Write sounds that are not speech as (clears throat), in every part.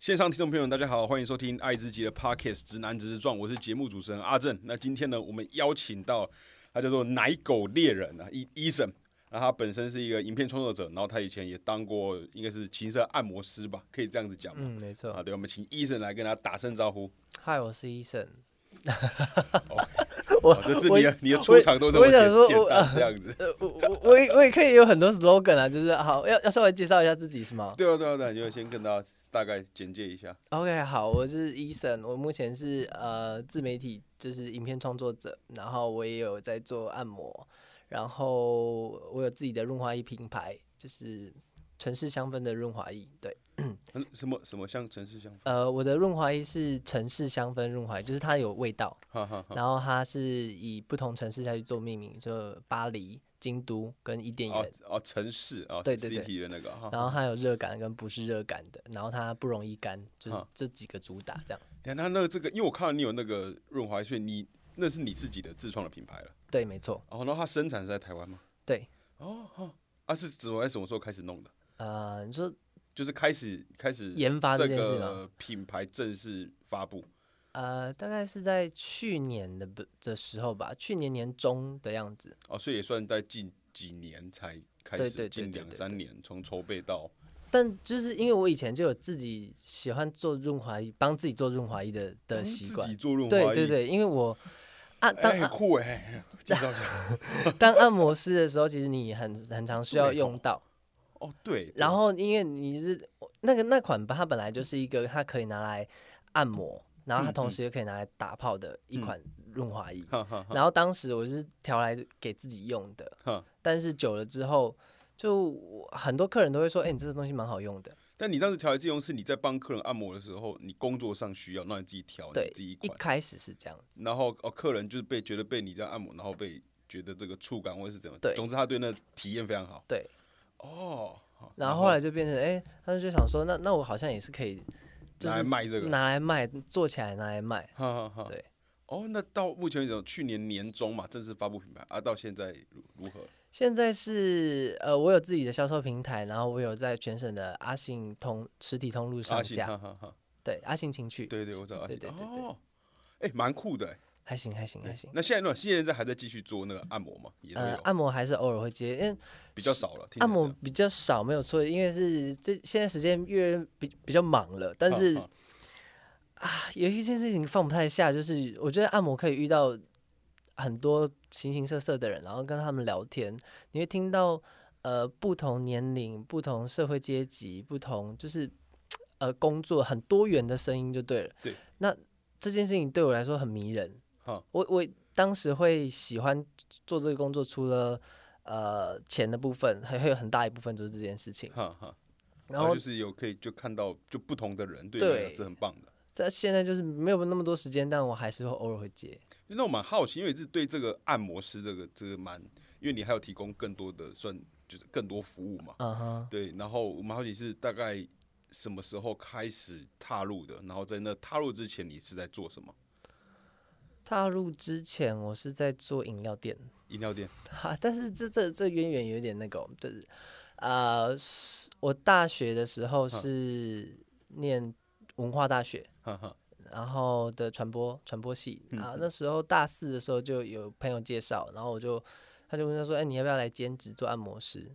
线上听众朋友们，大家好，欢迎收听爱之极的 Podcast《直男直撞》，我是节目主持人阿正。那今天呢，我们邀请到他叫做奶狗猎人啊，医医生。那他本身是一个影片创作者，然后他以前也当过应该是情色按摩师吧，可以这样子讲吗？嗯，没啊，错。对，我们请医生来跟他打声招呼。嗨，我是医 (laughs) 生。 (laughs) 哦，这是你的你的出场都这我么我想说简简我 (laughs) 单这样子。呃，我我我也我也可以有很多 slogan 啊，就是好要要稍微介绍一下自己是吗对啊，对啊，对啊，你就先跟大家大概简介一下。 ？OK，好，我是医生，我目前是呃自媒体，就是影片创作者，然后我也有在做按摩，然后我有自己的润滑液品牌，就是城市香氛的润滑液。对，嗯，什么什么像城市相反？呃，我的润滑液是城市香氛润滑液，就是它有味道，哈哈哈。然后它是以不同城市下去做命名，就巴黎、京都跟伊甸园哦。哦，城市啊，对对对 CT 的那个哈。然后它有热感跟不是热感的，然后它不容易干，就是嗯这几个主打这样。哎那那这个，因为我看到你有那个润滑液，所以你那是你自己的自创的品牌了。对，没错，哦，然后它生产是在台湾吗？对，啊，是怎么在什么时候开始弄的？呃，你说就是开始开始研发这这件事吗？个品牌正式发布。呃，大概是在去年的不的时候吧，去年年中的样子。哦，所以也算在近几年才开对始，对对近对对两对三年，从筹备到但就是因为我以前就有自己喜欢做润滑液，帮自己做润滑液的的习嗯自惯己。做润滑对液，对对，因为我按当、啊哎，很酷哎，介绍一下。当按摩师的时候，其实你很很常需要对哦用到。哦，对， (laughs) 然后因为你是那个那款吧，它本来就是一个它可以拿来按摩，然后它嗯同时也可以拿来打泡的一款润滑液。哈哈哈，然后当时我是调来给自己用的，哈但是久了之后，就我很多客人都会说：“哎、你这个东西蛮好用的。但你当时调来自用是你在帮客人按摩的时候，你工作上需要，那你自己调，对你自己一”一款，开始是这样子，然后哦，客人就是被觉得被你这样按摩，然后被觉得这个触感或者是怎么，对总之他对那体验非常好。对。哦，好然后后来就变成哎、他们就想说：“那那我好像也是可以，就拿来是卖这个，拿来卖，做起来拿来卖。 (laughs) 哈哈哈。对。哦，那到目前为止，去年年中嘛，正式发布品牌啊，到现在如如何？”现在是呃，我有自己的销售平台，然后我有在全省的阿信通实体通路上阿信，架，哈哈哈。对阿信情趣，对对，我知道阿信。对对对对哦，哎，蛮酷的哎。还行还行还对行。那现在呢？现在还在继续做那个按摩嘛？也都呃，有，按摩还是偶尔会接，因为比较少了。听起来按摩这样比较少，没有错，因为是这现在时间越比比较忙了，但哈是哈有一件事情放不太下，就是我觉得按摩可以遇到很多形形色色的人，然后跟他们聊天，你会听到呃不同年龄、不同社会阶级、不同就是呃工作很多元的声音就对了。对，那这件事情对我来说很迷人。哈我我当时会喜欢做这个工作，除了呃钱的部分，还会有很大一部分就是这件事情。哈哈，然后哦就是有可以就看到就不同的人，对对你来讲是很棒的。在现在就是没有那么多时间，但我还是会偶尔会接。那我蛮好奇，因为是对这个按摩师这个这个蛮，因为你还有提供更多的算就是更多服务嘛，嗯哼。对。然后我蛮好奇是大概什么时候开始踏入的，然后在那踏入之前你是在做什么？踏入之前，我是在做饮料店，饮料店哈、但是这这这渊源有点那个哦，就是，呃，是我大学的时嗯候是念文化大学，然后的传播传播系嗯啊，那时候大四的时候就有朋友介绍，然后我就他就问他说，哎、你要不要来兼职做按摩师？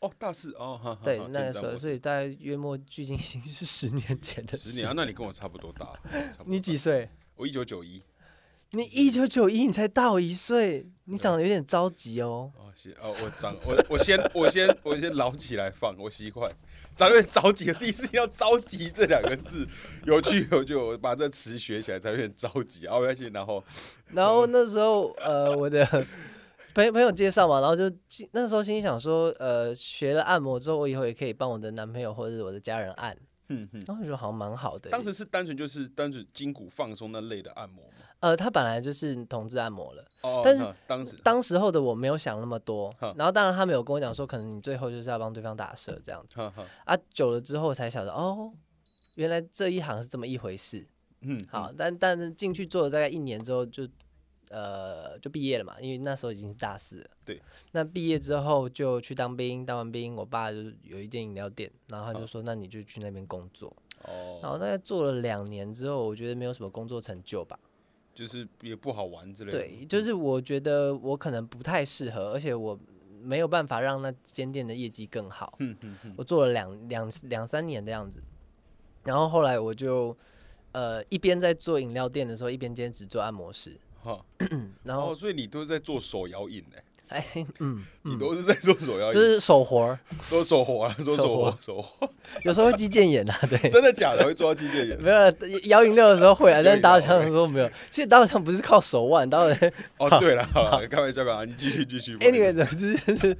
哦，大四哦，哈哈对哈，那建个造时候，模所以大概约莫距今已经是十年前的式十事。年啊，那你跟我差不多大了，差不多 (laughs) 你几岁？我一九九一你一九九一，你才大我一岁，你长得有点着急哦。哦，是哦，我长我我先我先我先捞起来放，我习惯。咱们着急，第一次听到“着急”这两个字，有趣有趣，我把这词学起来才有点着急啊。没关系，然后然后那时候呃，我的朋友朋友介绍嘛，然后就进那时候心里想说，呃，学了按摩之后，我以后也可以帮我的男朋友或者是我的家人按，哼哼，然后我觉得好像蛮好的。当时是单纯就是单纯筋骨放松那类的按摩嘛。呃，他本来就是同志按摩了，哦，但是那当时当时候的我没有想那么多哈，然后当然他们有跟我讲说，可能你最后就是要帮对方打射这样子哈哈，啊，久了之后我才晓得哦。原来这一行是这么一回事，嗯，好，但但是进去做了大概一年之后就，呃，就毕业了嘛，因为那时候已经是大四了。对。那毕业之后就去当兵，当完兵，我爸就是有一间饮料店，然后他就说：“那你就去那边工作。哦，然后大概做了两年之后，我觉得没有什么工作成就吧。就是也不好玩之类的。对，就是我觉得我可能不太适合，而且我没有办法让那间店的业绩更好。嗯嗯嗯，我做了两两两三年的样子，然后后来我就呃一边在做饮料店的时候，一边兼职做按摩师。哈，然后哦，所以你都是在做手摇饮哎，哎，嗯，你都是在做手摇就饮，是手活儿，做手活啊，做手手活活手活，有时候会肌腱炎啊， (laughs) 对。 (laughs) 真的假的？会做到机械眼？没有啊摇饮料的时候会啊，但是打手枪对的时候没有。其实打手枪不是靠手腕，打手枪哦，对了，好了， (laughs) 开玩笑吧，你继续继续。不好意思 anyway 总之就是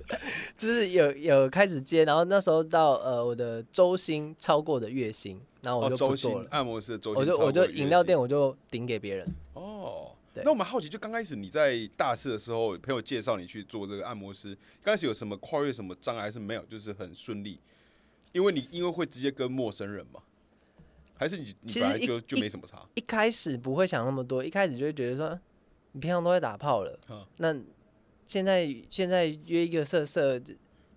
(laughs) 就是有有开始接，然后那时候到呃我的周薪超过我的月薪，然后我哦，就不周做星了，按摩师的周星，我就我就饮料店我就顶给别人。哦。对那我蛮好奇，就刚开始你在大四的时候，朋友介绍你去做这个按摩师，刚开始有什么跨越什么障碍还是没有？就是很顺利，因为你因为会直接跟陌生人嘛，还是你你其本实来一就就一没什么差一开始不会想那么多，一开始就会觉得说你平常都在打炮了，嗯那现在现在约一个色色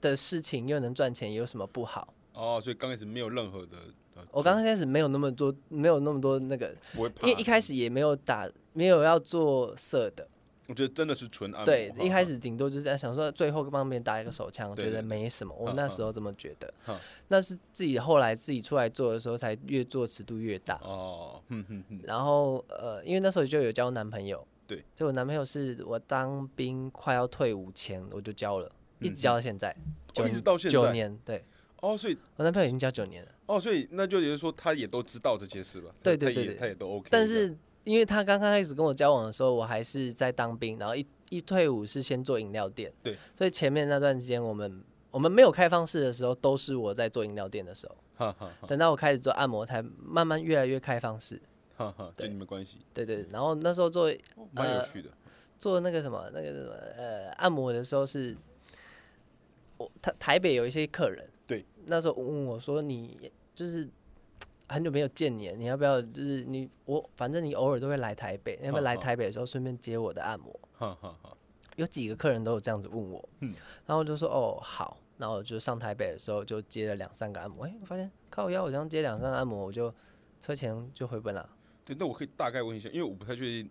的事情又能赚钱，有什么不好？哦，所以刚开始没有任何的，呃我刚开始没有那么多，没有那么多那个，不会怕，因为一开始也没有打，没有要做色的。我觉得真的是纯按摩，对，哈一开，始顶多就是在想说，最后帮别人打一个手枪，我对觉对得没什么。我嗯那嗯时候这么觉得嗯，那是自己后来自己出来做的时候，才越做尺度越大哈。哦，哼哼哼，然后呃，因为那时候就有交男朋友，对，就我男朋友是我当兵快要退伍前我就交了，一直交到现在，九嗯哦一直到现九在，年，对哦，所以我男朋友已经交九年了，哦，所以那就也就是说，他也都知道这些事了，他对对他也对对他也都 OK，但这样是因为他刚刚开始跟我交往的时候，我还是在当兵，然后一一退伍是先做饮料店，对，所以前面那段时间我们我们没有开放式的时候，都是我在做饮料店的时候，哈哈哈等到我开始做按摩，才慢慢越来越开放式，哈哈，就对你们关系，对对，然后那时候做哦蛮有呃趣的，做那个什么那个什么呃按摩的时候是，我台台北有一些客人，对，那时候问我说你就是很久没有见你了，你要不要就是你我反正你偶尔都会来台北，你要不要来好台北的时候顺便接我的按摩？哈哈哈，有几个客人都有这样子问我，嗯然后我就说哦好，然后我就上台北的时候就接了两三个按摩，哎、我发现靠腰我这样接两三个按摩，我就车钱就回本了。对，那我可以大概问一下，因为我不太确定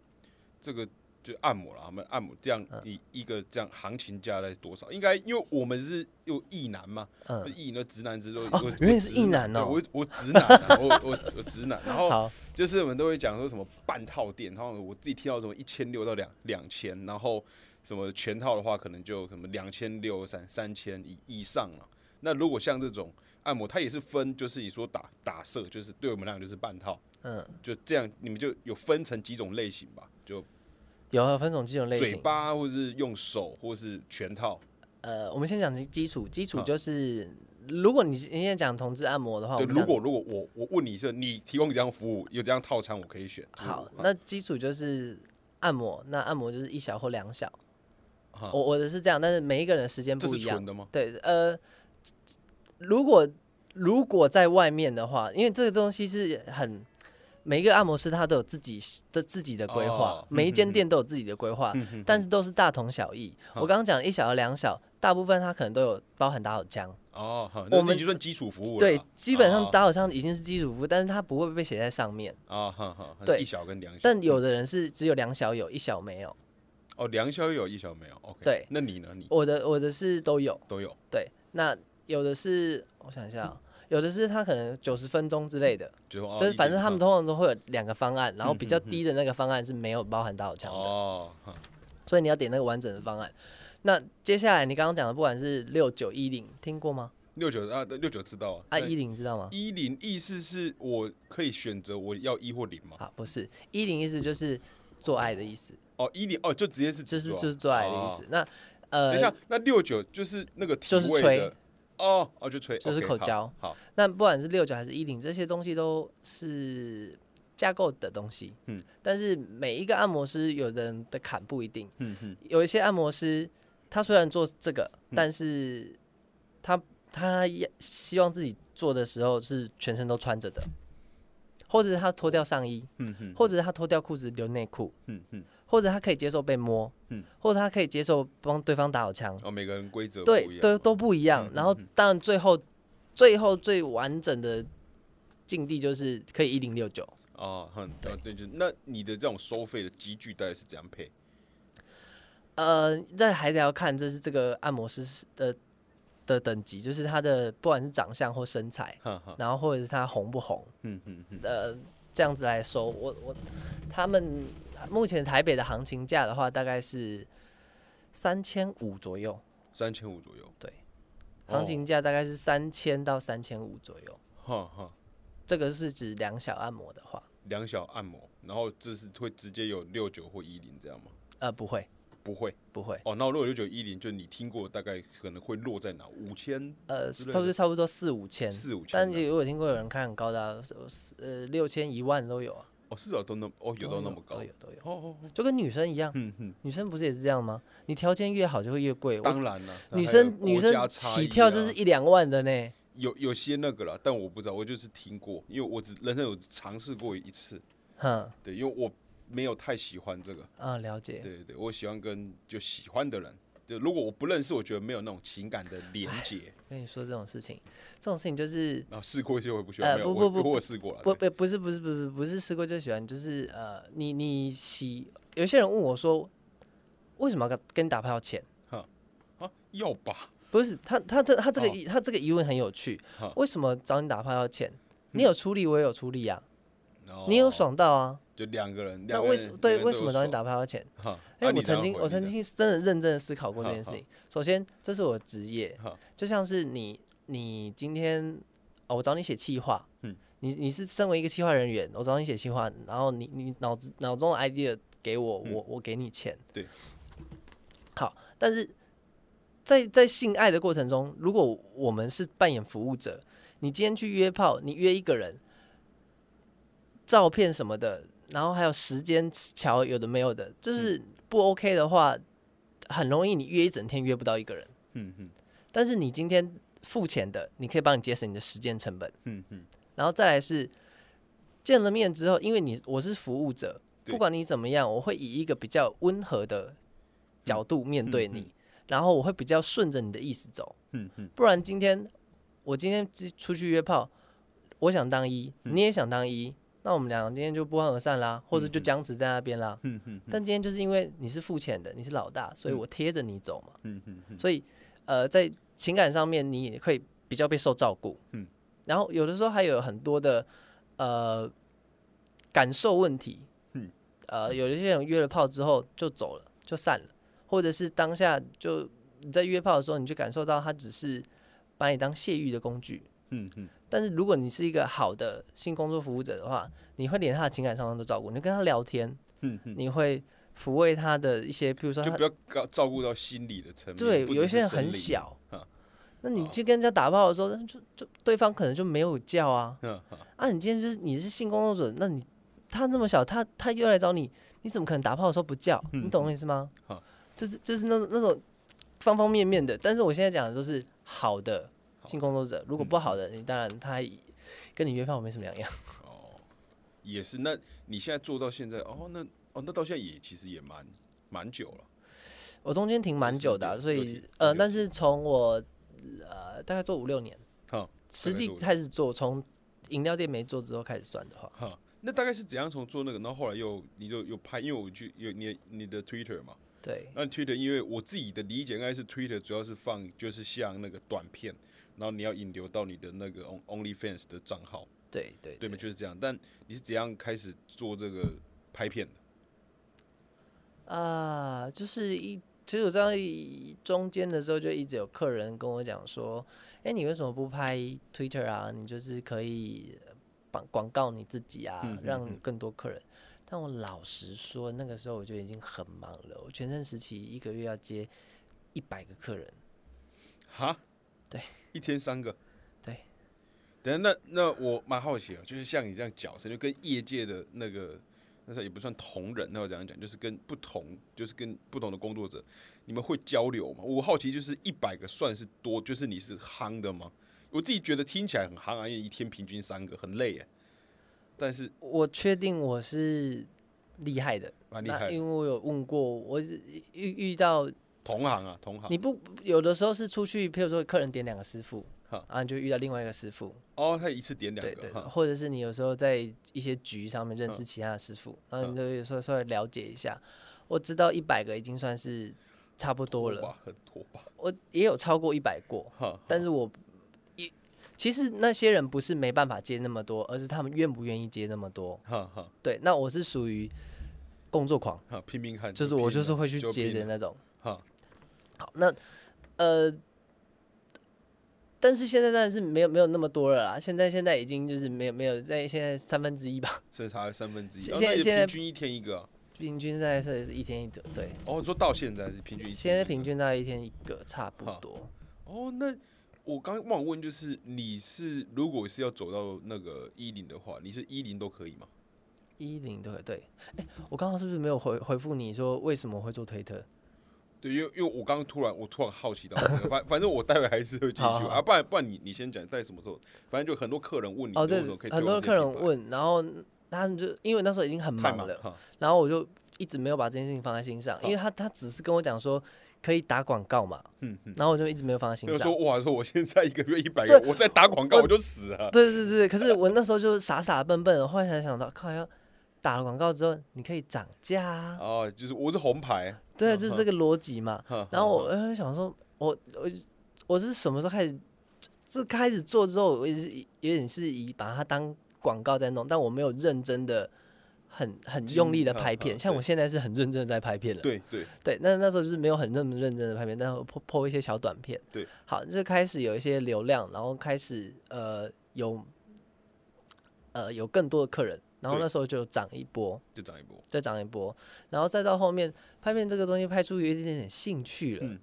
这个就按摩了，我们按摩这样嗯一一个这样行情价在多少？应该因为我们是有异男嘛，嗯，异男直男之中，哦我原来是异男哦我直对我我直男啊，我我我直男，然后好，就是我们都会讲说什么半套店，然后我自己听到什么一千六到两两千，然后什么全套的话可能就什么两千六三三千以以上了、那如果像这种按摩，它也是分，就是你说打打色，就是对我们来讲就是半套，嗯，就这样，你们就有分成几种类型吧，就有啊分种几种类嘴型。巴或是用手或是全套，呃，我们先讲基基础，基础好就是，如果你你在讲同志按摩的哦话，我对，们如讲果如果我我问你是你提供这样服务有这样套餐，我可以选。就是好，我那基础就是按摩，那按摩就是一小或两小，哈我我的是这样，但是每一个人的时间这不是一样纯，的吗？对，呃，如果如果在外面的话，因为这个东西是很。每一个按摩师他都有自己的自己的规划，哦嗯每一间店都有自己的规划，但是都是大同小异。我刚刚讲一小和两小，大部分他可能都有包含打手枪，哦，好，我我们们就算基础服务了对啦，基本哦上打手枪已经是基础服务，但是它不会被写在上面。啊，哈哈，对一小跟两小，但有的人是只有两小有，一小没有。哦，两小有，一小没有，OK，对那你呢？你我的我的是都有，都有对。那有的是我想一下啊、有的是他可能九十分钟之类的，最后，哦就是一反点正他们嗯通常都会有两个方案，然后比较嗯嗯嗯低的那个方案是没有包含打手枪的，哦，哈所以你要点那个完整的方案。那接下来你刚刚讲的，不管是六九一零，听过吗？六九啊，对六九知道啊，啊，那一零知道吗？一零意思是我可以选择我要一或零嘛？啊，不是一零意思就是做爱的意思，哦，一零哦，就直接是就是指就是啊做爱的意思。。那呃，等一下，那六九就是那个体就是位吹的哦哦，就吹，就是 OK，口好交好，那不管是六角还是一零，这些东西都是架构的东西。嗯，但是每一个按摩师，有的人的坎不一定。嗯嗯，有一些按摩师，他虽然做这个，但是他他也希望自己做的时候是全身都穿着的，或者是他脱掉上衣，嗯嗯或者是他脱掉裤子留内裤，嗯嗯，或者他可以接受被摸，嗯，或者他可以接受帮对方打手枪。哦，每个人规则不对一，样都嘛都不一样嗯。然后，当然最后最后最完整的境地就是可以一零六九，哦，很对对，就那你的这种收费的机具大概是怎样配？呃，这还得要看这是这个按摩师是的的等级，就是他的不管是长相或身材，哈哈，然后或者是他红不红，嗯嗯嗯，呃，这样子来收。我我他们目前台北的行情价的话，大概是三千五左右，三千五左右，对，哦行情价大概是三千到三千五左右。哈哈，这个是指两小按摩的话，两小按摩，然后这是会直接有六九或一零这样吗？呃，不会不会不会，哦，那如果六九一零，就你听过大概可能会落在哪？五千、呃之类，的都是差不多四五千，四五千但呢？也有听过有人看很高的、啊，呃，六千一万都有啊，哦，至少都那么哦，有到那么高都，有都有，哦哦哦，就跟女生一样，嗯哼，女生不是也是这样吗？你条件越好就会越贵，我当然了，那女还有生国女家生差起异跳啊就是一两万的呢，有有些那个啦，但我不知道，我就是听过，因为我只人生有尝试过一次，哼，对，因为我没有太喜欢这个，啊，了解对。对对，我喜欢跟就喜欢的人，就如果我不认识，我觉得没有那种情感的连接跟你说这种事情，这种事情就是然后试过一些我也不喜呃欢，没有，不我不不我有试过了，不对不不是不是不是不是试过就喜欢，就是呃，你你喜有些人问我说，为什么要跟跟你打炮前？啊，要吧，不是他他这他这个哦疑他这个疑问很有趣好，嗯为什么找你打炮要钱？你有出力，我也有出力啊，你有哦，爽到啊，就两个人，那两个为人什两对个人为都什有么找你手？打炮要钱？哈，哎、啊我你怎曾样经回我你曾这样经真的认真的思考过这好件事好情。首先，这是我的职业好，就像是你你今天、哦、我找你写企划，嗯你你是身为一个企划人员，我找你写企划，然后你你脑子脑中的 idea 给我，我我给你钱，嗯对，好，但是在在性爱的过程中，如果我们是扮演服务者，你今天去约炮，你约一个人，照片什么的，然后还有时间瞧有的没有的，嗯就是不 OK 的话，很容易你约一整天约不到一个人。嗯嗯但是你今天付钱的，你可以帮你节省你的时间成本。嗯嗯，然后再来是见了面之后，因为你我是服务者，对不管你怎么样，我会以一个比较温和的角度面对你，然后我会比较顺着你的意思走。嗯嗯，不然今天我今天只出去约炮，我想当一，嗯你也想当一，那我们俩今天就不欢而散啦，或者就僵持在那边啦。嗯嗯但今天就是因为你是付钱的，你是老大，所以我贴着你走嘛。嗯嗯嗯，所以呃，在情感上面你也会比较被受照顾。嗯，然后有的时候还有很多的呃感受问题。嗯，呃，有一些人约了炮之后就走了，就散了，或者是当下就你在约炮的时候，你就感受到他只是把你当泄欲的工具。嗯嗯但是如果你是一个好的性工作服务者的话，你会连他的情感上都照顾，你跟他聊天，嗯嗯，你会抚慰他的一些，比如说就他不要搞照顾到心理的层面，对，不有只一些是人生很理，小啊，那你啊去跟人家打炮的时候，那就就对方可能就没有叫啊嗯嗯啊！你今天就是你是性工作者，那你他这么小，他他又来找你，你怎么可能打炮的时候不叫？你懂我意思吗嗯好？就是就是那种那种方方面面的，但是我现在讲的都是好的好嗯性工作者，如果不好的，你当然他跟你约炮没什么两样。哦，也是。那你现在做到现在，哦，那哦，那到现在也其实也蛮蛮久了。我中间停蛮久的啊、就是所有以停有呃，停但是从我呃大概做五六年，好，实大概做际五六开始做，从饮料店没做之后开始算的话。哈，那大概是怎样从做那个，然后后来又你就又拍，因为我去有你的你的 Twitter 嘛，对，那 Twitter 因为我自己的理解应该是 Twitter 主要是放就是像那个短片，然后你要引流到你的那个 On- OnlyFans 的账号，对对对吗？就是这样。但你是怎样开始做这个拍片的？啊、就是一，其实我在中间的时候就一直有客人跟我讲说，哎、你为什么不拍 Twitter 啊？你就是可以呃广广告你自己啊，嗯嗯让更多客人。但我老实说，那个时候我就已经很忙了，我全盛时期一个月要接一百个客人，哈，对，一天三个，对。等一下，那那我蛮好奇啊，就是像你这样角色，就跟业界的那个，那时候也不算同仁，那我怎样讲，就是跟不同，就是跟不同的工作者，你们会交流吗？我好奇，就是一百个算是多，就是你是夯的吗？我自己觉得听起来很夯啊，因为一天平均三个，很累耶。但是我确定我是厉害的，蛮厉那害的，因为我有问过，我是遇遇到同行啊，同行你不有的时候是出去，譬如说客人点两个师傅，哈，啊然后你就遇到另外一个师傅，哦，他一次点两对个，对，哈或者是你有时候在一些局上面认识其他的师傅，然后你就有时候稍微了解一下。我知道一百个已经算是差不多了，吧，很多吧，我也有超过一百过，哈，但是我一其实那些人不是没办法接那么多，而是他们愿不愿意接那么多。哈哈对，那我是属于工作狂，哈，拼命看，就是拼我了就是会去就接拼的了那种。哈，好，那呃，但是现在当然是没有没有那么多了啦。现在现在已经就是没有没有在现在三分之一吧，剩差三分之一，现哦现那也现在平均一天一个啊，平均大概是一天一个，对，哦，说到现在是平均一天一个，现在平均大概一天一个差不好多。哦，那我刚忘了问，就是你是如果是要走到那个一零的话，你是一零都可以吗？一零对对，哎、我刚刚是不是没有回回复你说为什么会做推特？对，因为因为我刚刚突然我突然好奇到这 (laughs) 个，反反正我待会还是会继续好好啊，不然不然你你先讲在什么时候，反正就很多客人问你，哦，嗯你为对什么可以，推很多广这客些人品牌问，然后他们就因为那时候已经很太忙忙了，哈然后我就一直没有把这件事情放在心上，因为他他只是跟我讲说可以打广告嘛，嗯然后我就一直没有放在心没有上说。哇，说我现在一个月一百个，我在打广告我我就死了。对对对，可是我那时候就傻傻笨笨的，后来才想到，靠，要打了广告之后，你可以涨价啊，哦，就是我是红牌，对啊，就是这个逻辑嘛。哈然后我呃想说，我我我是什么时候开始这开始做之后，我也是以有点是以把它当广告在弄，但我没有认真的很很经用力的哈拍哈片，像对我现在是很认真的在拍片了。对对，对，那那时候就是没有很认认真的拍片，但是破破一些小短片。对，好，就开始有一些流量，然后开始呃有呃有更多的客人，然后对那时候就涨一波，就涨一波，再涨一波，然后再到后面拍片这个东西拍出有一点点兴趣了。嗯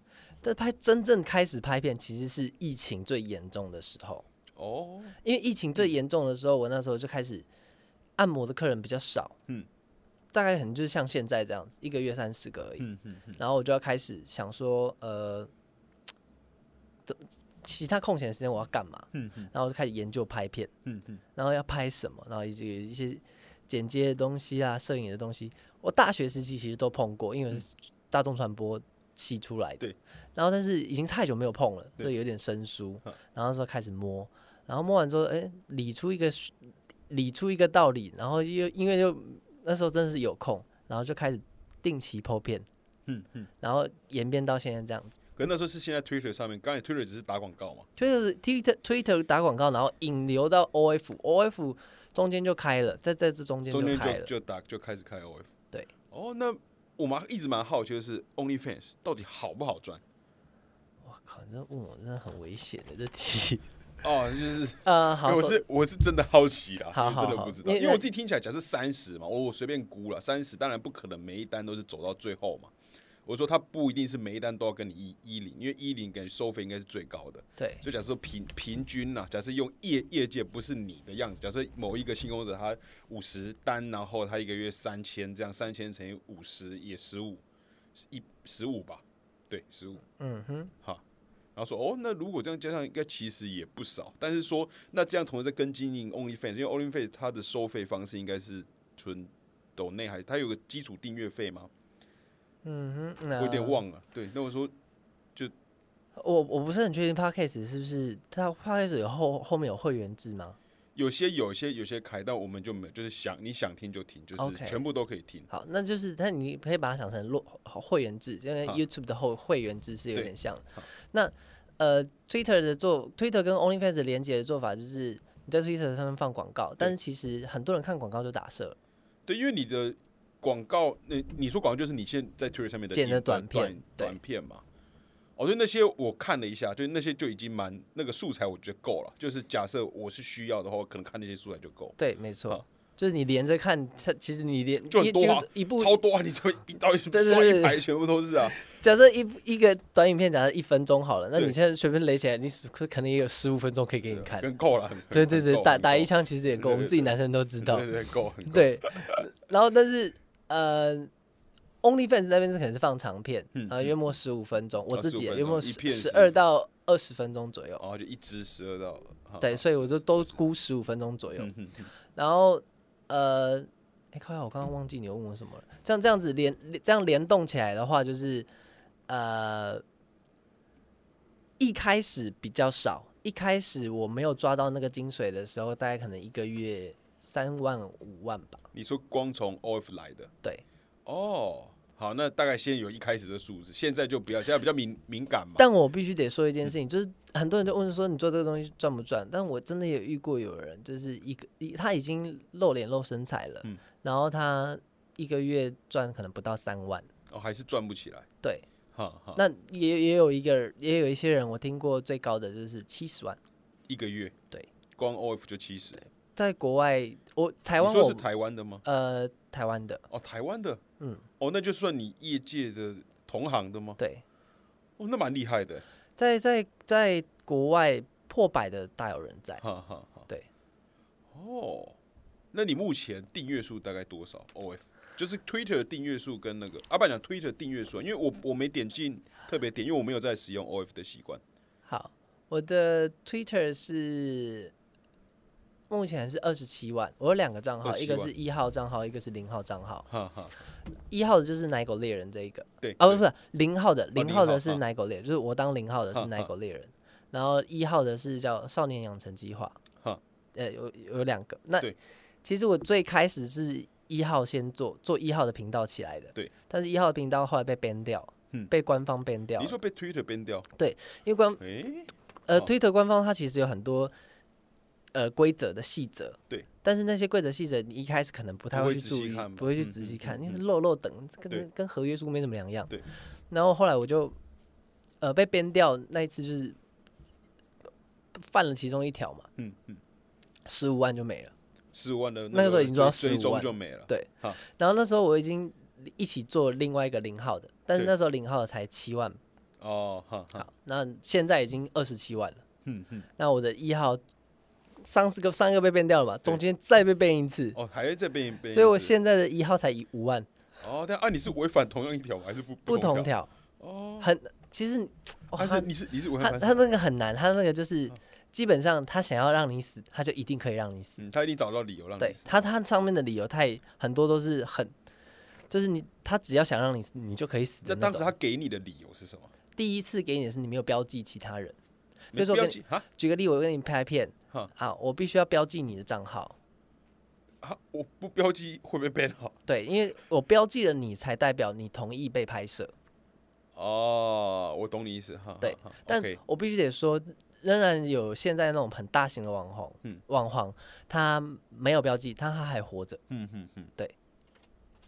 但拍真正开始拍片，其实是疫情最严重的时候，哦，因为疫情最严重的时候，我那时候就开始按摩的客人比较少，嗯，大概可能就是像现在这样子，一个月三四个而已，嗯嗯嗯，然后我就要开始想说，呃，怎其他空闲时间我要干嘛？嗯嗯然后我就开始研究拍片，嗯嗯，然后要拍什么，然后以及有一些剪接的东西啊、摄影的东西，我大学时期其实都碰过，因为我是大众传播系出来的。嗯对。然后但是已经太久没有碰了，对所以有点生疏嗯。然后那时候开始摸，然后摸完之后，哎、理出一个理出一个道理，然后又因为又那时候真的是有空，然后就开始定期剖片。嗯嗯。然后演变到现在这样子。可那时候是现在 Twitter 上面，刚才 Twitter 只是打广告嘛，就是 Twitter Twitter 打广告，然后引流到 OF OF 中间就开了，在在这中间中间就开就了。就打就开始开 OF。对。哦，那我们一直蛮好奇，就是 OnlyFans 到底好不好赚？我靠，你这问我真的很危险的这 (laughs) 题。哦，就是呃， (laughs) 好，因为 (laughs) 哎我说是我是真的好奇啦，好因为真的好不好知道，因为因为我自己听起来假设三十嘛，我我随便估了三十，当然不可能每一单都是走到最后嘛。我说他不一定是每一单都要跟你一一零，因为一零感觉收费应该是最高的。对所以假设平平均呐、假设用业业界不是你的样子，假设某一个性工作者他五十单，然后他一个月三千，这样三千乘以五十也十五，一十五吧，对，十五。嗯哼，哈。然后说哦，那如果这样加上，应该其实也不少。但是说，那这样同时在跟经营 OnlyFans，因为 OnlyFans 它的收费方式应该是纯抖内，还是它有个基础订阅费吗？嗯哼，我那有点。忘了。对，那我说我我不是很确定 Podcast 是不是它 Podcast 有后后面有会员制吗？有些有些有些开，但我们就没有，就是想你想听就听，就是 OK 全部都可以听。好，那就是那你可以把它想成落会员制，就跟好 YouTube 的后会员制是有对点像的好。那呃，Twitter 的做 Twitter 跟 OnlyFans 连接的做法就是。你在 Twitter 上面放广告，但是其实很多人看广告就打射了，对，因为你的广告，你你说广告就是你现在在 Twitter 上面的剪的影短片对短片嘛。哦，对，那些我看了一下，就那些就已经蛮那个素材，我觉得够了。就是假设我是需要的话，我可能看那些素材就够，对，没错好，就是你连着看，它其实你连就很一多几乎啊一部超多啊！你怎么一到一对对刷对一排全部都是啊？假设一一个短影片，假设一分钟好了，那对你现在随便垒起来，你可可能也有十五分钟可以给你看。很够了，很对对对，打打一枪枪其实也对够，对我们自己男生都知道对。对够很够。对，然后但是呃，OnlyFans 那边是可能是放长片，嗯然后约莫十五分钟，我自己15分钟约莫一片十15二到二十分钟左右。然后就一支十二到，哈对，，所以我就都估十五分钟左右嗯。嗯嗯然后呃，哎、靠呀，我刚刚忘记你又问我什么了。像这样子联这样联动起来的话，就是呃，一开始比较少，一开始我没有抓到那个精髓的时候，大概可能一个月三万五万吧。你说光从 OF 来的对，哦，好，那大概先有一开始的数字，现在就不要，现在比较敏敏感嘛。但我必须得说一件事情，就是很多人就问说你做这个东西赚不赚？但我真的也遇过有人，就是一个一他已经露脸露身材了，嗯然后他一个月赚可能不到三万。哦，还是赚不起来。对，哈哈，那也也有一个也有一些人，我听过最高的就是七十万。一个月对，光 OF 就七十。在国外，我台湾你说我是台湾的吗？呃台湾的哦，台湾的，嗯，哦，那就算你业界的同行的吗？对，哦，那蛮厉害的，在在在国外破百的大有人在。哈哈哈。对，哦，那你目前订阅数大概多少？OF 就是 Twitter 的订阅数跟那个阿爸讲 Twitter 订阅数啊，因为我我没点进特别点，因为我没有在使用 OF 的习惯。好，我的 Twitter 是目前是二十七万，我有两个账号， 27一个是一号账号，一个是零号账号。哈哈，一号的就是奶狗猎人这一个，对啊对不是不是零号的，零0号号的是啊奶狗猎人，就是我当零号的是哈奶哈狗猎人，然后一号的是叫少年养成计划哈，呃有有两个。那对其实我最开始是一号先做做一号的频道起来的，对，但是一号的频道后来被 ban 掉，嗯被官方 ban 掉你了，说被 Twitter 编掉？因为官诶，呃，哦推特官方它其实有很多呃规则的细则，对，但是那些规则细则你一开始可能不太不会会去仔注细意看，吧不会去嗯仔细嗯看，你嗯是漏漏等，对跟跟合约书没什么两样。对，然后后来我就呃被编掉那一次就是犯了其中一条嘛，嗯嗯，十五万就没了。十五万的那个时候已经做到追追15踪万就没了。对好，然后那时候我已经一起做另外一个零号的，但是对那时候零号的才七万，哦，哈哈，好，那现在已经二十七万了。嗯嗯，那我的一号上次个上一个被变掉了嘛，中间再被变一次，哦，还在这边编，所以我现在的一号才一五万，哦，但啊，你是违反同样一条吗还是不不同条？条，哦，很其实，哦还他是你是你是违他反他那个很难，他那个嗯就是基本上他想要让你死，他就一定可以让你死，嗯，他一定找到理由让你对死他他上面的理由太很多都是很。就是你，他只要想让你死，你就可以死那的那当时种。他给你的理由是什么？第一次给你的是你没有标记其他人。比没如说不要跟急啊举个例，我跟你拍片哈啊，我必须要标记你的账号，啊！我不标记会被 ban 哦好对，因为我标记了你，才代表你同意被拍摄。哦，我懂你意思哈。对哈，哈但 OK，我必须得说，仍然有现在那种很大型的网红，嗯网红他没有标记，但他还活着，嗯嗯嗯，对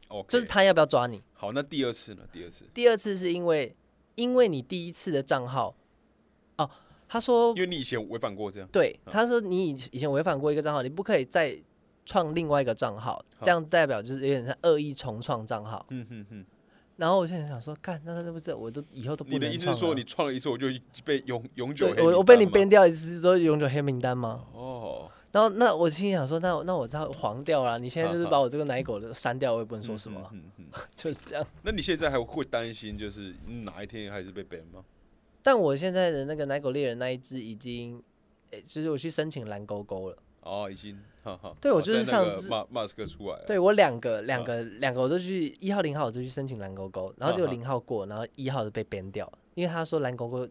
，OK，就是他要不要抓你？好。那第二次呢？第二次，第二次是因为因为你第一次的账号，哦，他说因为嗯你以前违反过这样，对，他说你以以前违反过一个账号，你不可以再创另外一个账号，这样代表就是有点像恶意重创账号。嗯嗯嗯。然后我现在想说，干，那那不是我都以后都不你的能意思创是说，了你创了一次，我就被永永久对黑我我被你名单编吗掉一次之后永久黑名单吗？哦，然后那我心里想说，那那我知道黄掉了，你现在就是把我这个奶狗的删掉，我也不能说什么，嗯嗯嗯 (laughs) 就是这样。那你现在还会担心，就是嗯哪一天还是被 ban 吗？但我现在的那个奶狗猎人那一只已经，诶、就是我去申请蓝勾勾了。哦，已经，哈哈。对我哦就是在那上个次马马斯克出来了，对我两个两个嗯两个我都去一号零号我都去申请蓝勾勾，然后就啊哈零号过，然后一号的被编掉，因为他说蓝勾勾，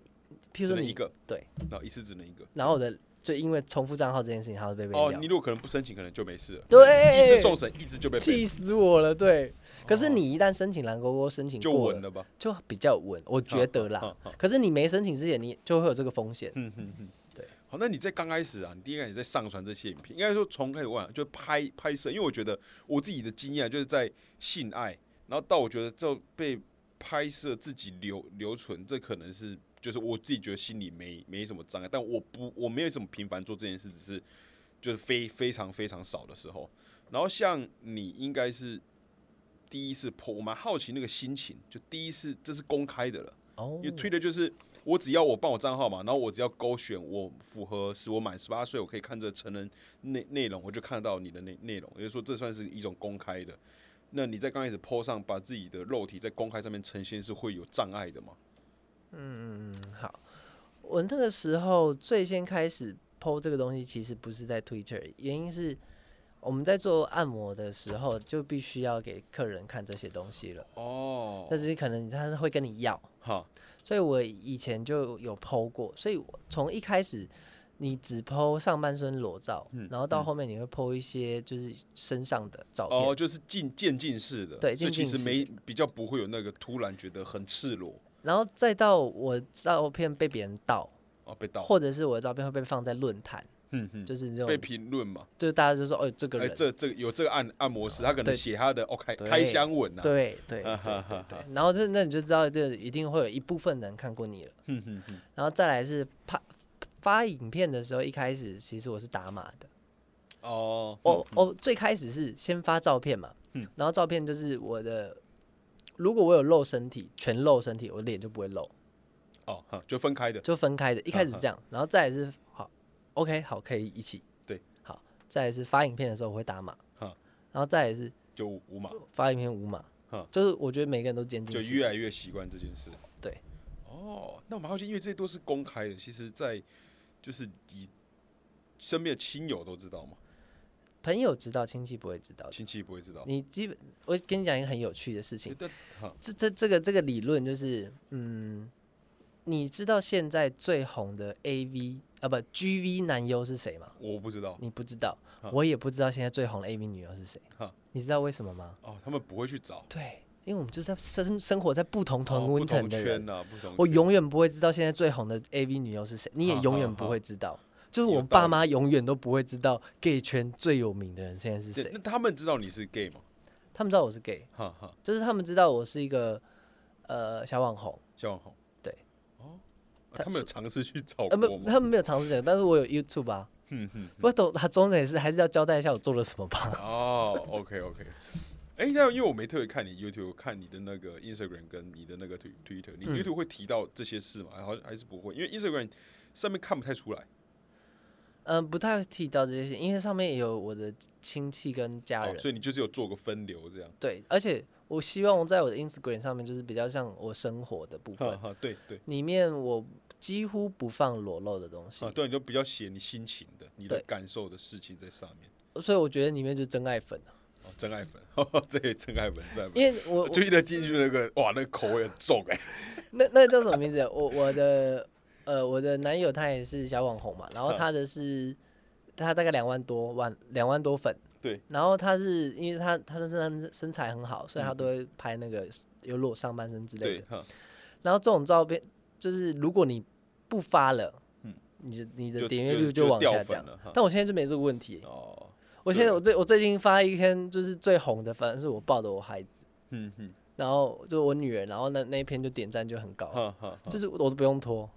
譬只如说能你一，个，对，然后一次只能一个。然后我的就因为重复账号这件事情，他就被编哦，掉。你如果可能不申请，可能就没事了。对，一次送审，一次就被 ban，气死我了，对。可是哦你一旦申请蓝勾勾，申请就过稳了，了嗯吧？就比较稳，我觉得啦。哈哈可是你没申请之前，你就会有这个风险。嗯嗯嗯，对。好，那你在刚开始啊，你第一开始在上传这些影片，应该说从开始玩就拍拍摄，因为我觉得我自己的经验啊就是在性爱，然后到我觉得就被拍摄自己留留存，这可能是就是我自己觉得心里没没什么障碍，但我不我没有什么频繁做这件事，只是就是非非常非常少的时候。然后像你应该是第一次破，我蛮好奇那个心情，就第一次这是公开的了。哦因为推的就是我只要我办我账号嘛，然后我只要勾选我符合使我满十八岁，我可以看这成人内内容，我就看得到你的内内容，也就是说这算是一种公开的。那你在刚开始 PO 上把自己的肉体在公开上面呈现是会有障碍的吗？好，我那个时候最先开始剖这个东西，其实不是在 Twitter，原因是我们在做按摩的时候就必须要给客人看这些东西了，哦，但是可能他会跟你要，哈，所以我以前就有剖过，所以我从一开始你只 PO 上半身裸照，嗯然后到后面你会 PO 一些就是身上的照片。哦，就是进渐进式的，对所以其渐进实式没比较不会有那个突然觉得很赤裸然后再到我照片被别人盗，哦，被盗，或者是我的照片会被放在论坛，嗯嗯，就是这被种，评论嘛，就是大家就说哦，这个哎，人，这这有这个按按摩师，他可能对写他的哦开对开箱文啊，对对 (laughs) 啊对哈哈对哈对，然后这那你就知道，这一定会有一部分人看过你了。然后再来是发发影片的时候，一开始其实我是打码的，哦，哦哦，最开始是先发照片嘛，嗯然后照片就是我的，如果我有露身体，全露身体，我脸就不会露，哦，哈就分开的，就分开的。一开始啊是这样，然后再来是好，OK，好，可以一起。对，啊好，再来是发影片的时候我会打码哈，然后再来是就五码，发影片无码哈，就是我觉得每个人都渐进啊就式越来越习惯这件事。对，哦，那我蛮好奇，因为这些都是公开的，其实，在就是你身边的亲友都知道嘛，朋友知道，亲戚不会知道。亲戚不会知道。你基本，我跟你讲一个很有趣的事情。但哈这这这个这个理论就是，嗯，你知道现在最红的 A V 啊不 G V 男优是谁吗？我不知道你不知道啊，我也不知道现在最红的 A V 女优是谁啊。你知道为什么吗？哦，他们不会去找对，因为我们就是在生生活在不同同哦温不层同的人，圈呐，不同我圈永远不会知道现在最红的 A V 女优是谁，你也永远不会知道。就是我有们道爸理妈永远都不会知道 gay 圈最有名的人现在是对谁那，他们知道你是 gay 吗？他们知道我是 gay，哈哈，就是他们知道我是一个呃小网红，小网红对哦，啊他他们有尝试去找呃，过不，吗？他们没有尝试这个，但是我有 YouTube 啊。哼哼不懂，他总得是还是要交代一下我做了什么吧。 (laughs) 哦，OK OK，哎、那因为我没特别看你 YouTube，看你的那个 Instagram 跟你的那个 Twi- Twitter，你嗯 YouTube 会提到这些事吗？好像还是不会，因为 Instagram 上面看不太出来。嗯，不太会提到这些事情，因为上面也有我的亲戚跟家人。哦，所以你就是有做个分流 (laughs) 这样。对，而且我希望我在我的 Instagram 上面就是比较像我生活的部哈分，哈， (laughs) 对对。里面我几乎不放裸露的东西啊，，对，你就比较写你心情的、你的对感受的事情在上面。所以我觉得里面就是真爱粉啊、哦，真爱粉，哈 (laughs) 哈，这也真爱粉，真爱粉。因为 (laughs) 我我就一得进去那个，哇，那个口味很重哎、那那叫什么名字？啊我我的呃我的男友他也是小网红嘛，然后嗯他的是他大概两万多万两万多粉，对，然后他是因为他他身上身材很好，所以他都会拍那个有裸上半身之类嗯对，的。哈，然后这种照片就是如果你不发了，嗯你的你就的点阅就率就往掉下粉降了哈。但我现在就没这个问题。哦，我现在对我最我最近发一篇就是最红的，反正是我抱的我孩子，嗯哼，然后就我女儿，然后那那一篇就点赞就很高。哈哈。哈就是我都不用拖，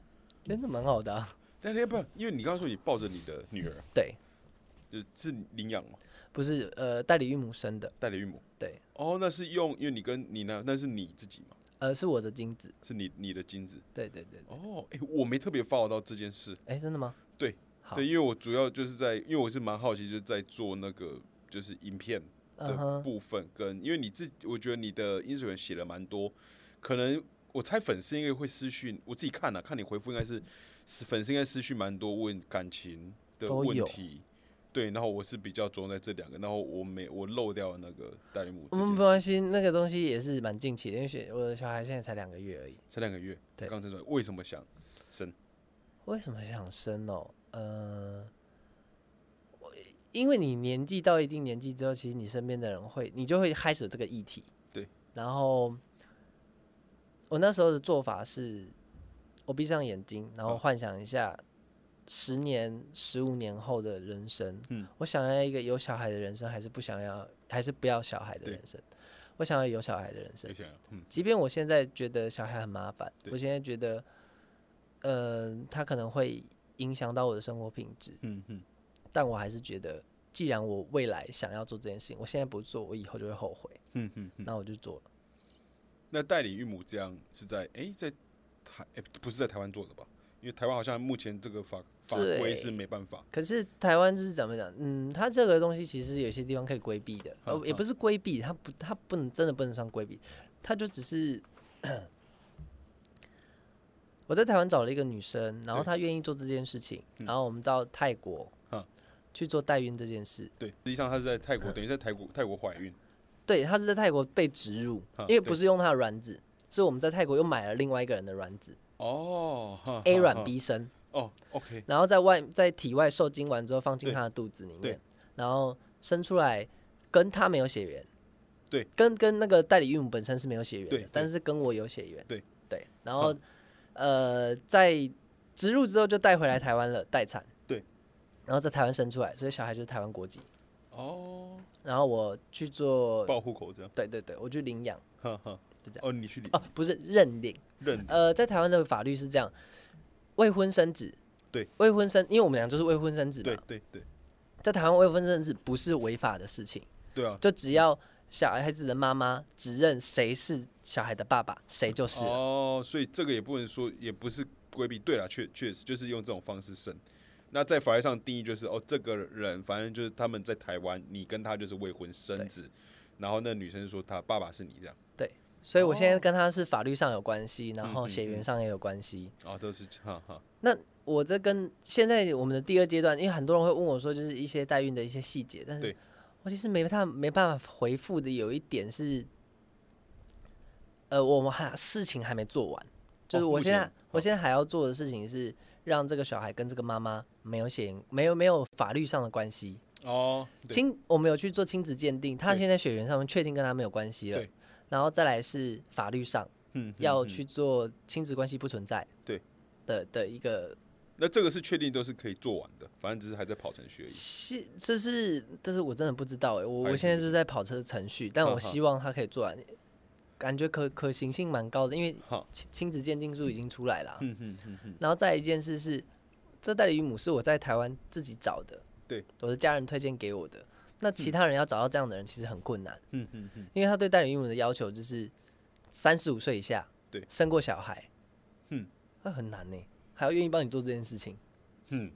真的蛮好的啊、嗯 (laughs) 但那不，因为你刚刚说你抱着你的女儿，对，呃是领养吗？不是呃代理孕母生的，代理孕母。对，哦，那是用，因为你跟你呢，那是你自己嘛，呃是我的精子，是你你的精子。对对对，哦，哎、我没特别 follow 到这件事，哎、真的吗？对，好，对，因为我主要就是在，因为我是蛮好奇，就是在做那个就是影片嗯的哼，部分，跟因为你自，我觉得你的 Instagram 写了蛮多，可能我猜粉丝应该会私讯，我自己看了、看你回复应该是，是粉丝应该私讯蛮多问感情的都问有题。对，然后我是比较着重在这两个，然后我没我漏掉了那个代理母这件嗯，事，没关系，那个东西也是蛮近期的，因为学我的小孩现在才两个月而已。才两个月，对刚生出来，为什么想生？为什么想生哦？呃，我因为你年纪到一定年纪之后，其实你身边的人会，你就会开始有这个议题。对，然后我那时候的做法是，我闭上眼睛，然后嗯幻想一下十年、十五年后的人生。嗯，我想要一个有小孩的人生，还是不想要，还是不要小孩的对人生？我想要有小孩的人生谁。想要？嗯，即便我现在觉得小孩很麻烦，对我现在觉得，呃，他可能会影响到我的生活品质，嗯嗯，但我还是觉得，既然我未来想要做这件事情，我现在不做，我以后就会后悔。嗯嗯嗯。那我就做了。那代理孕母这样是在哎、在台哎、不是在台湾做的吧？因为台湾好像目前这个法法对规是没办法。可是台湾就是怎么讲？嗯，它这个东西其实有些地方可以规避的，好呃，也好不是规避，它不，它不能真的不能算规避，它就只是。 (clears throat) 我在台湾找了一个女生，然后对嗯她愿意做这件事情，然后我们到泰国哈去做代孕这件事。对，实际上她是在 (laughs) 泰国，等于在泰国泰国怀孕。对，她是在泰国被植入哈，因为嗯对不是用她的卵子，所以我们在泰国又买了另外一个人的卵子哦哈，A 哈卵哈 B 生，哦，OK，然后在外在体外受精完之后放进对他的肚子里对面，然后生出来跟他没有血缘，对，跟跟那个代理孕母本身是没有血缘对的对，但是跟我有血缘，对对，然后呃在植入之后就带回来台湾了，待产，对，然后在台湾生出来，所以小孩就是台湾国籍，哦，然后我去做，报户口这样，对对对，我去领养，哈哈，就这样。哦，你去领哦，不是认领。认呃，在台湾的法律是这样，未婚生子，对，未婚生，因为我们俩就是未婚生子对嘛，对对在台湾未婚生子不是违法的事情，对啊，就只要小孩子的妈妈指认谁是小孩的爸爸，谁就是了哦，所以这个也不能说，也不是规避。对了，确确实就是用这种方式生。那在法律上定义就是，哦，这个人反正就是他们在台湾，你跟他就是未婚生子，然后那女生说她爸爸是你这样，所以我现在哦跟他是法律上有关系，然后嗯血嗯缘上也有关系。啊，都是哈哈，那我这跟现在我们的第二阶段，因为很多人会问我说，就是一些代孕的一些细节，但是对我其实没他没办法回复的有一点是，呃，我们还事情还没做完，就是哦我目现在、前我现在还要做的事情是让这个小孩跟这个妈妈没有血缘，没有没有法律上的关系。哦，对亲，我们有去做亲子鉴定，他对现在血缘上面确定跟他没有关系了对，然后再来是法律上嗯，嗯要嗯去做亲子关系不存在对的的一个那这个是确定都是可以做完的，反正只是还在跑程序而已。是，这是，这是我真的不知道哎、我还我现在是就是在跑车程序，但哈我哈希望它可以做完，感觉可可行性蛮高的，因为哈，亲亲子鉴定书已经出来了。嗯嗯嗯嗯，然后再一件事是，这代理孕母是我在台湾自己找的，对，我的家人推荐给我的。那其他人要找到这样的人其实很困难，嗯嗯嗯，因为他对代理孕母的要求就是三十五岁以下，对生过小孩，嗯，那很难呢、欸还要愿意帮你做这件事情，嗯，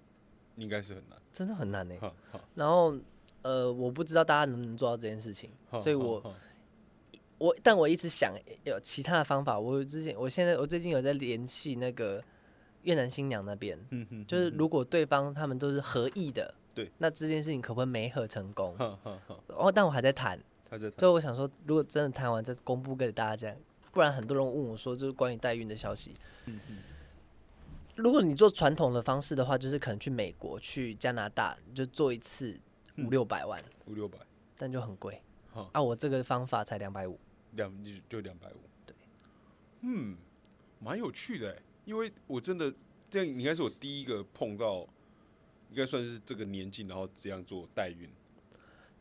应该是很难。真的很难欸呢、哈哈，然后呃，我不知道大家能不能做到这件事情，哈所以哈我哈我但我一直想有其他的方法。我之前我现在我最近有在联系那个越南新娘那边，嗯嗯，就是如果对方他们都是合意的，对，那这件事情可不可以没合成功？哈哈哈，哦，但我还在谈，他在所以我想说，如果真的谈完再公布给大家讲，不然很多人问我说，就是关于代孕的消息。嗯如果你做传统的方式的话，就是可能去美国、去加拿大，你就做一次五六百万，五六百，但就很贵好。啊，我这个方法才两百五。两就就两百五。对，嗯，蛮有趣的欸，因为我真的这样应该是我第一个碰到，应该算是这个年纪，然后这样做代孕。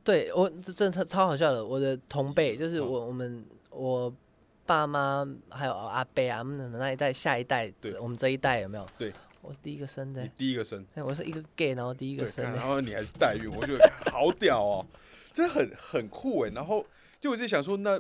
对我这真的超超好笑的，我的同辈就是嗯我我们我爸妈还有阿伯啊，他们那一代下一代对，我们这一代有没有？对，我是第一个生的你欸，第一个生，哎，我是一个 gay，然后第一个对，生看的然，后你还是代孕，我觉 (laughs) 得好屌哦，真的很很酷哎。然后就我自己想说，那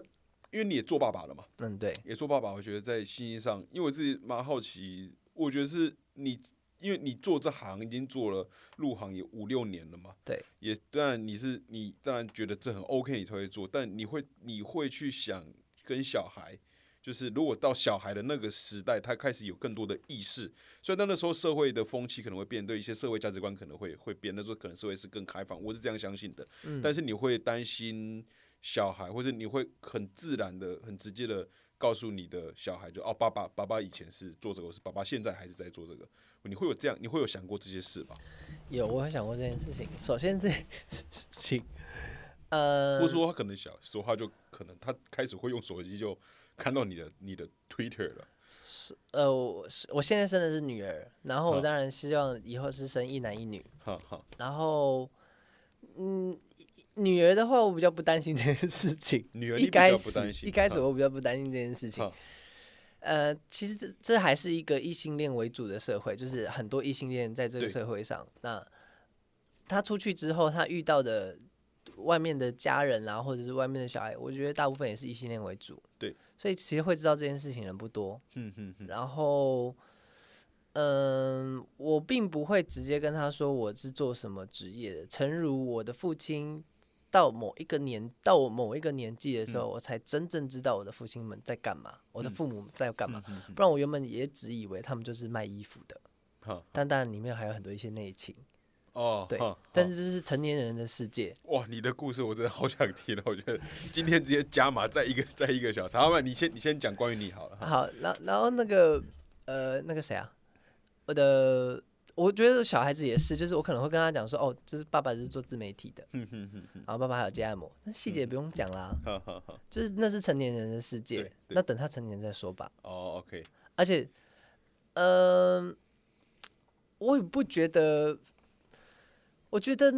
因为你也做爸爸了嘛，嗯，对，也做爸爸，我觉得在心意上，因为我自己蛮好奇，我觉得是你，因为你做这行已经做了入行也五六年了嘛，对，也当然你是你当然觉得这很 OK，你才会做，但你会你会去想跟小孩。就是如果到小孩的那个时代，他开始有更多的意识，所以到那时候社会的风气可能会变，对一些社会价值观可能会会变。那时候可能社会是更开放，我是这样相信的。但是你会担心小孩，或者你会很自然的、很直接的告诉你的小孩就，哦，爸爸，爸爸以前是做这个，是爸爸现在还是在做这个。你会有这样，你会有想过这些事吧？有我有想过这件事情。首先这件事情，呃或，者说他可能小时候他就可能他开始会用手机就看到你的你的 Twitter 了，呃，我是我现在生的是女儿，然后好我当然希望以后是生一男一女，哈哈，然后，嗯，女儿的话，我比较不担心这件事情。女儿你一比较开不担始心，嗯一开始哈我比较不担心这件事情哈。呃，其实这这还是一个异性恋为主的社会，就是很多异性恋在这个对社会上，那他出去之后，他遇到的外面的家人啊，或者是外面的小孩，我觉得大部分也是异性恋为主。对，所以其实会知道这件事情的人不多。嗯嗯嗯，然后，嗯，我并不会直接跟他说我是做什么职业的。诚如我的父亲到某一个年，到我某一个年纪的时候，我才真正知道我的父亲们在干嘛，我的父母在干嘛。不然我原本也只以为他们就是卖衣服的，哈但当然里面还有很多一些内情。哦，对哈，但是这是成年人的世界。哇，你的故事我真的好想听哦了，我觉得今天直接加码再一个再一个小时。好，那你先你先讲关于你好了。哈好，然然后那个呃，那个谁啊？我的，我觉得小孩子也是，就是我可能会跟他讲说，哦，就是爸爸就是做自媒体的，嗯然后爸爸还有接按摩，那细节不用讲啦，呵呵呵就是那是成年人的世界对，对那等他成年再说吧。哦，OK，而且，嗯、我也不觉得，我觉得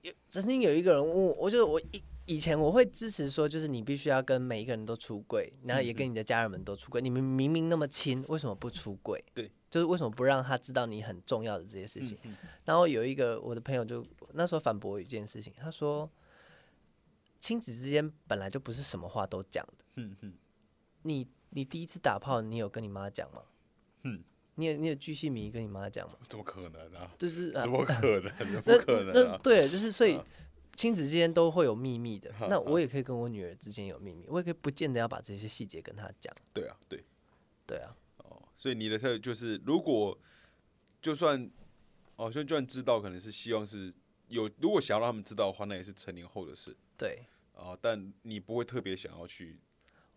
有曾经有一个人问我，我就我以以前我会支持说，就是你必须要跟每一个人都出柜，然后也跟你的家人们都出柜。你们明明那么亲，为什么不出柜？对，就是为什么不让他知道你很重要的这些事情？然后有一个我的朋友就那时候反驳一件事情，他说。亲子之间本来就不是什么话都讲的。嗯嗯，你你第一次打炮，你有跟你妈讲吗？嗯，你有你有巨细迷跟你妈讲吗？怎么可能啊？就是、啊怎、么可能？那不可能那啊！对，就是所以亲子之间都会有秘密的。哈那我也可以跟我女儿之间有秘密，我也可以不见得要把这些细节跟她讲。对啊，对对啊，哦，所以你的特就是，如果就算哦，就就算知道，可能是希望是有，如果想要让他们知道的话，那也是成年后的事对，哦。但你不会特别想要去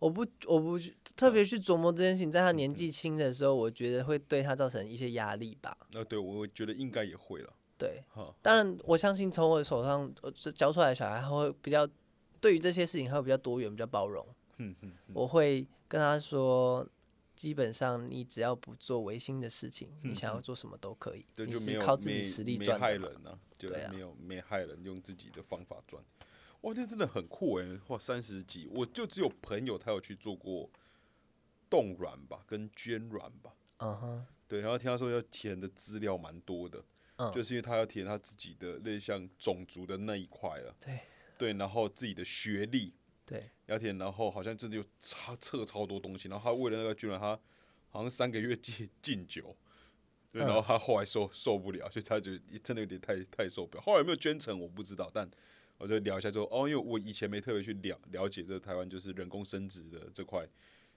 我不我不去特嗯别去琢磨这件事情，在她年纪轻的时候，我觉得会对她造成一些压力吧。那、对我觉得应该也会了。对哈，当然我相信从我手上呃这教出来的小孩，他会比较对于这些事情，他会比较多元，比较包容。嗯嗯嗯我会跟他说，基本上你只要不做违心的事情，你想要做什么都可以，嗯对，你就没是有靠自没己实力没赚害的嘛。人呐、就对啊没有、没害人，用自己的方法赚。哇，那真的很酷哎、哇，三十几，我就只有朋友他有去做过冻卵吧，跟捐卵吧。嗯哼，对，然后听他说要填的资料蛮多的，嗯就是因为他要填他自己的类似像种族的那一块了，对对，然后自己的学历对，要填，然后好像真的有超测超多东西，然后他为了那个捐卵，他好像三个月戒禁酒，对，然后他后来受受不了，所以他就真的有点太太受不了。后来有没有捐成我不知道，但我就聊一下之后，哦，因为我以前没特别去了了解这个台湾就是人工生殖的这块，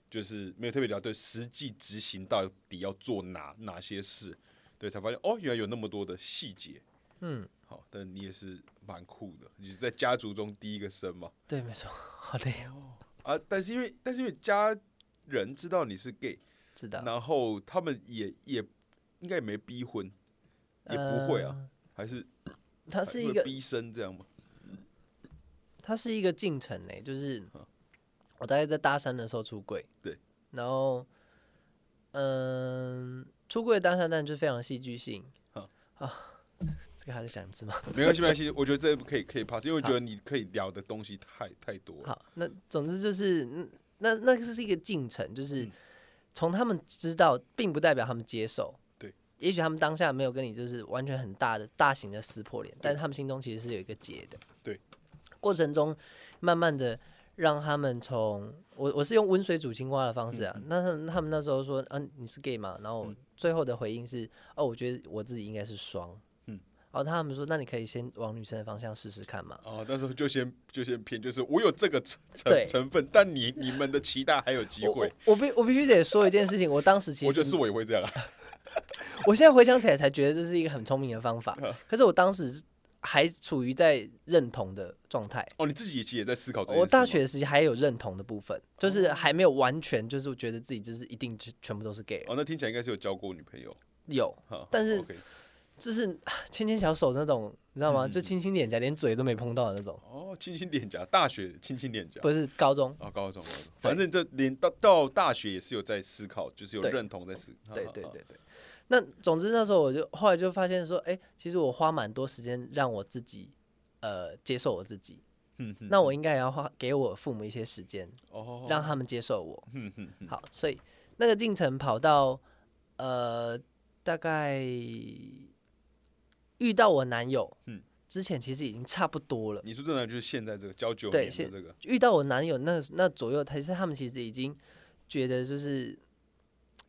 就是没有特别了解实际执行到底要做哪哪些事，对，才发现哦，原来有那么多的细节。嗯，好，但你也是蛮酷的，你是在家族中第一个生嘛。对，没错，好累哦，啊，但是因为但是因为家人知道你是 gay，知道。然后他们也也应该也没逼婚，也不会啊，还是还它呃是会一个，逼生这样吗？ (laughs) 它是一个进程呢、就是我大概在大三的时候出柜，对，然后，嗯，出柜的当下当然就是非常戏剧性好。啊， (laughs) 这个还是想吃吗？没关系，没关系，我觉得这可以可以 pass，因为我觉得你可以聊的东西太太多了。好，那总之就是，嗯那那个是一个进程，嗯就是从他们知道，并不代表他们接受。对，也许他们当下没有跟你就是完全很大的大型的撕破脸，但是他们心中其实是有一个结的。对，过程中慢慢的让他们从我我是用温水煮青蛙的方式啊，嗯那他们他们那时候说，嗯、你是 gay 吗？然后我最后的回应是，哦，我觉得我自己应该是双。嗯，然后他们说，那你可以先往女生的方向试试看嘛。哦，那时候就先就先偏，就是我有这个成对成成分，但你你们的期待还有机我会我，我必我必须得说一件事情，我当时其实我觉得是我也会这 (laughs) 样啊。我现在回想起来才觉得这是一个很聪明的 (laughs) 方法，可是我当时还处于在认同的状态。哦，你自己其实也在思考这件事吗。哦我大学时期还有认同的部分，就是还没有完全就是觉得自己就是一定全全部都是 gay 哦，那听起来应该是有交过女朋友，有，哈但是 OK 就是 (sighs) 啊牵牵小手那种，你知道嗯吗？就亲亲脸颊，连嘴都没碰到的那种。哦，亲亲脸颊，大学亲亲脸颊，不是高中，啊，高中，高中，反正这连到到大学也是有在思考，就是有对认同在思，哈对哈对哈对对。那总之那时候我就后来就发现说，哎、其实我花蛮多时间让我自己呃接受我自己，嗯哼，那我应该也要花给我父母一些时间，哦，嗯让他们接受我。哼哼哼，好，所以那个进程跑到呃，大概遇到我男友，嗯之前其实已经差不多了。你说真的就是现在这个交九对年的现这个，遇到我男友那那左右，其实他们其实已经觉得就是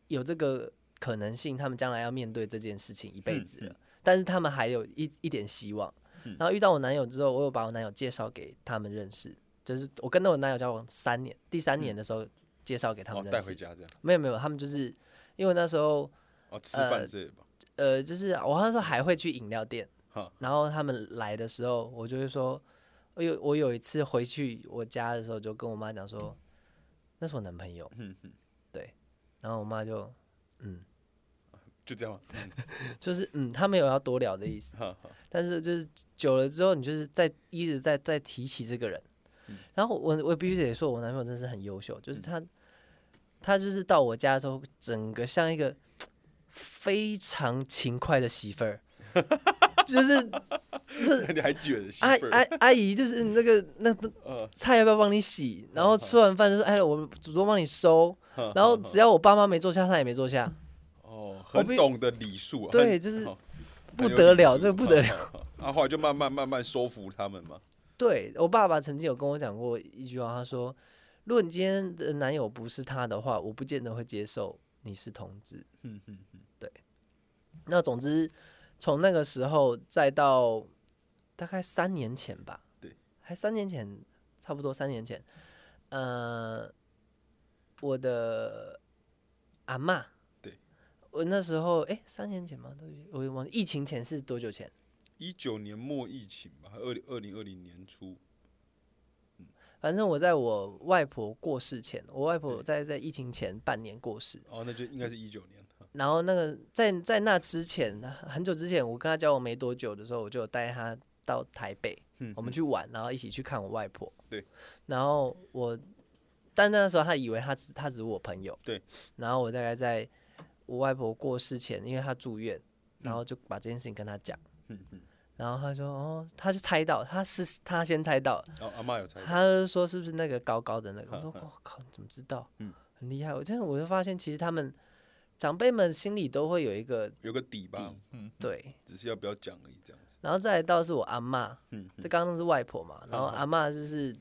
有这个可能性，他们将来要面对这件事情一辈嗯子了。但是他们还有一一点希望。然后遇到我男友之后，我有把我男友介绍给他们认识，就是我跟我男友交往三年，第三年的时候介绍给他哦们，带认识。回家这样，没有没有，他们就是因为那时候哦，吃饭呃之类的吧，呃，就是我那时候还会去饮料店哈，然后他们来的时候，我就会说，我有我有一次回去我家的时候，就跟我妈讲说，那是我男朋友，嗯哼，然后我妈就嗯，就这样吗？嗯就是嗯，他没有要多聊的意思，哈哈 (laughs) 但是就是久了之后，你就是在一直在在提起这个人。然后我我必须得说，我男朋友真是很优秀，就是他，他就是到我家的时候，整个像一个非常勤快的媳妇儿，就是这你还卷媳阿妇阿儿，阿姨就是那个那个呃，菜要不要帮你洗，然后吃完饭就说哎，我主动帮你收，哈然后哈哈只要我爸妈没坐下，他也没坐下，哦，我很必懂得礼数啊，对很就是哦不很有得礼了数这个不得哈哈哈啊，后来就慢慢慢慢收服他们嘛，对我爸爸曾经有跟我讲过一句话，他说：“如果你今天的男友不是他的话，我不见得会接受你是同志。”嗯嗯嗯那总之，从那个时候再到大概三年前吧，对，还三年前，差不多三年前，呃，我的阿嬷，对，我那时候哎、三年前吗？对不起我也忘记，疫情前是多久前？一九年末疫情吧，二零二零二零年初，反正我在我外婆过世前，我外婆在在疫情前半年过世，哦，那就应该是一九年，然后那个在在那之前，很久之前，我跟她交往没多久的时候，我就有带她到台北，嗯我们去玩，然后一起去看我外婆。对，然后我，但那时候她以为她只她只是我朋友。对，然后我大概在我外婆过世前，因为她住院，然后就把这件事情跟她讲，嗯嗯，然后她说哦，她就猜到，她是她先猜到，哦，阿妈有猜到，他就说是不是那个高高的那个？我说嗯嗯我靠，你怎么知道？嗯很厉害。我真的我就发现，其实他们长辈们心里都会有一个有个底吧，对，只是要不要讲而已，这样子，然后再来到是我阿嬷，嗯这刚刚是外婆嘛，然后嗯嗯阿嬷就是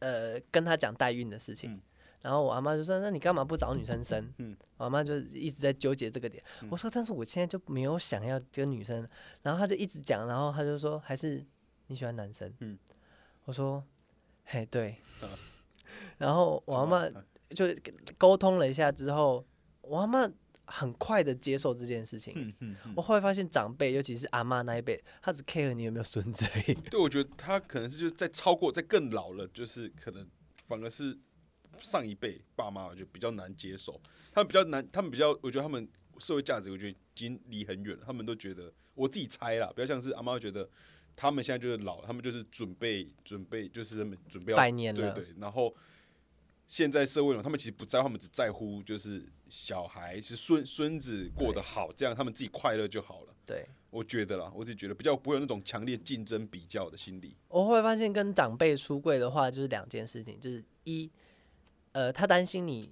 呃跟她讲代孕的事情嗯。然后我阿妈就说：“那你干嘛不找女生生？”嗯我阿妈就一直在纠结这个点。我说：“但是我现在就没有想要跟女生。”然后她就一直讲，然后她就说：“还是你喜欢男生。”嗯我说：“嘿，对。嗯 (laughs) 然后我阿好妈吧嗯就沟通了一下之后，我阿妈很快的接受这件事情。嗯嗯嗯我后来发现，长辈，尤其是阿妈那一辈，他只 care 你有没有孙子 (laughs) 而已。对，我觉得他可能是就是在超过，在更老了，就是可能反而是上一辈爸妈，我觉得比较难接受，他们比较难，他们比较，我觉得他们社会价值，我觉得已经离很远了，他们都觉得，我自己猜啦，比较像是阿妈会觉得。他们现在就是老了，他们就是准备准备，就是他们准备要百年了对对。然后现在社会上，他们其实不在乎，他们只在乎就是小孩，是孙孙子过得好，这样他们自己快乐就好了。对，我觉得啦，我自己觉得比较不会有那种强烈竞争比较的心理。我后来发现，跟长辈出柜的话，就是两件事情，就是一，呃，他担心你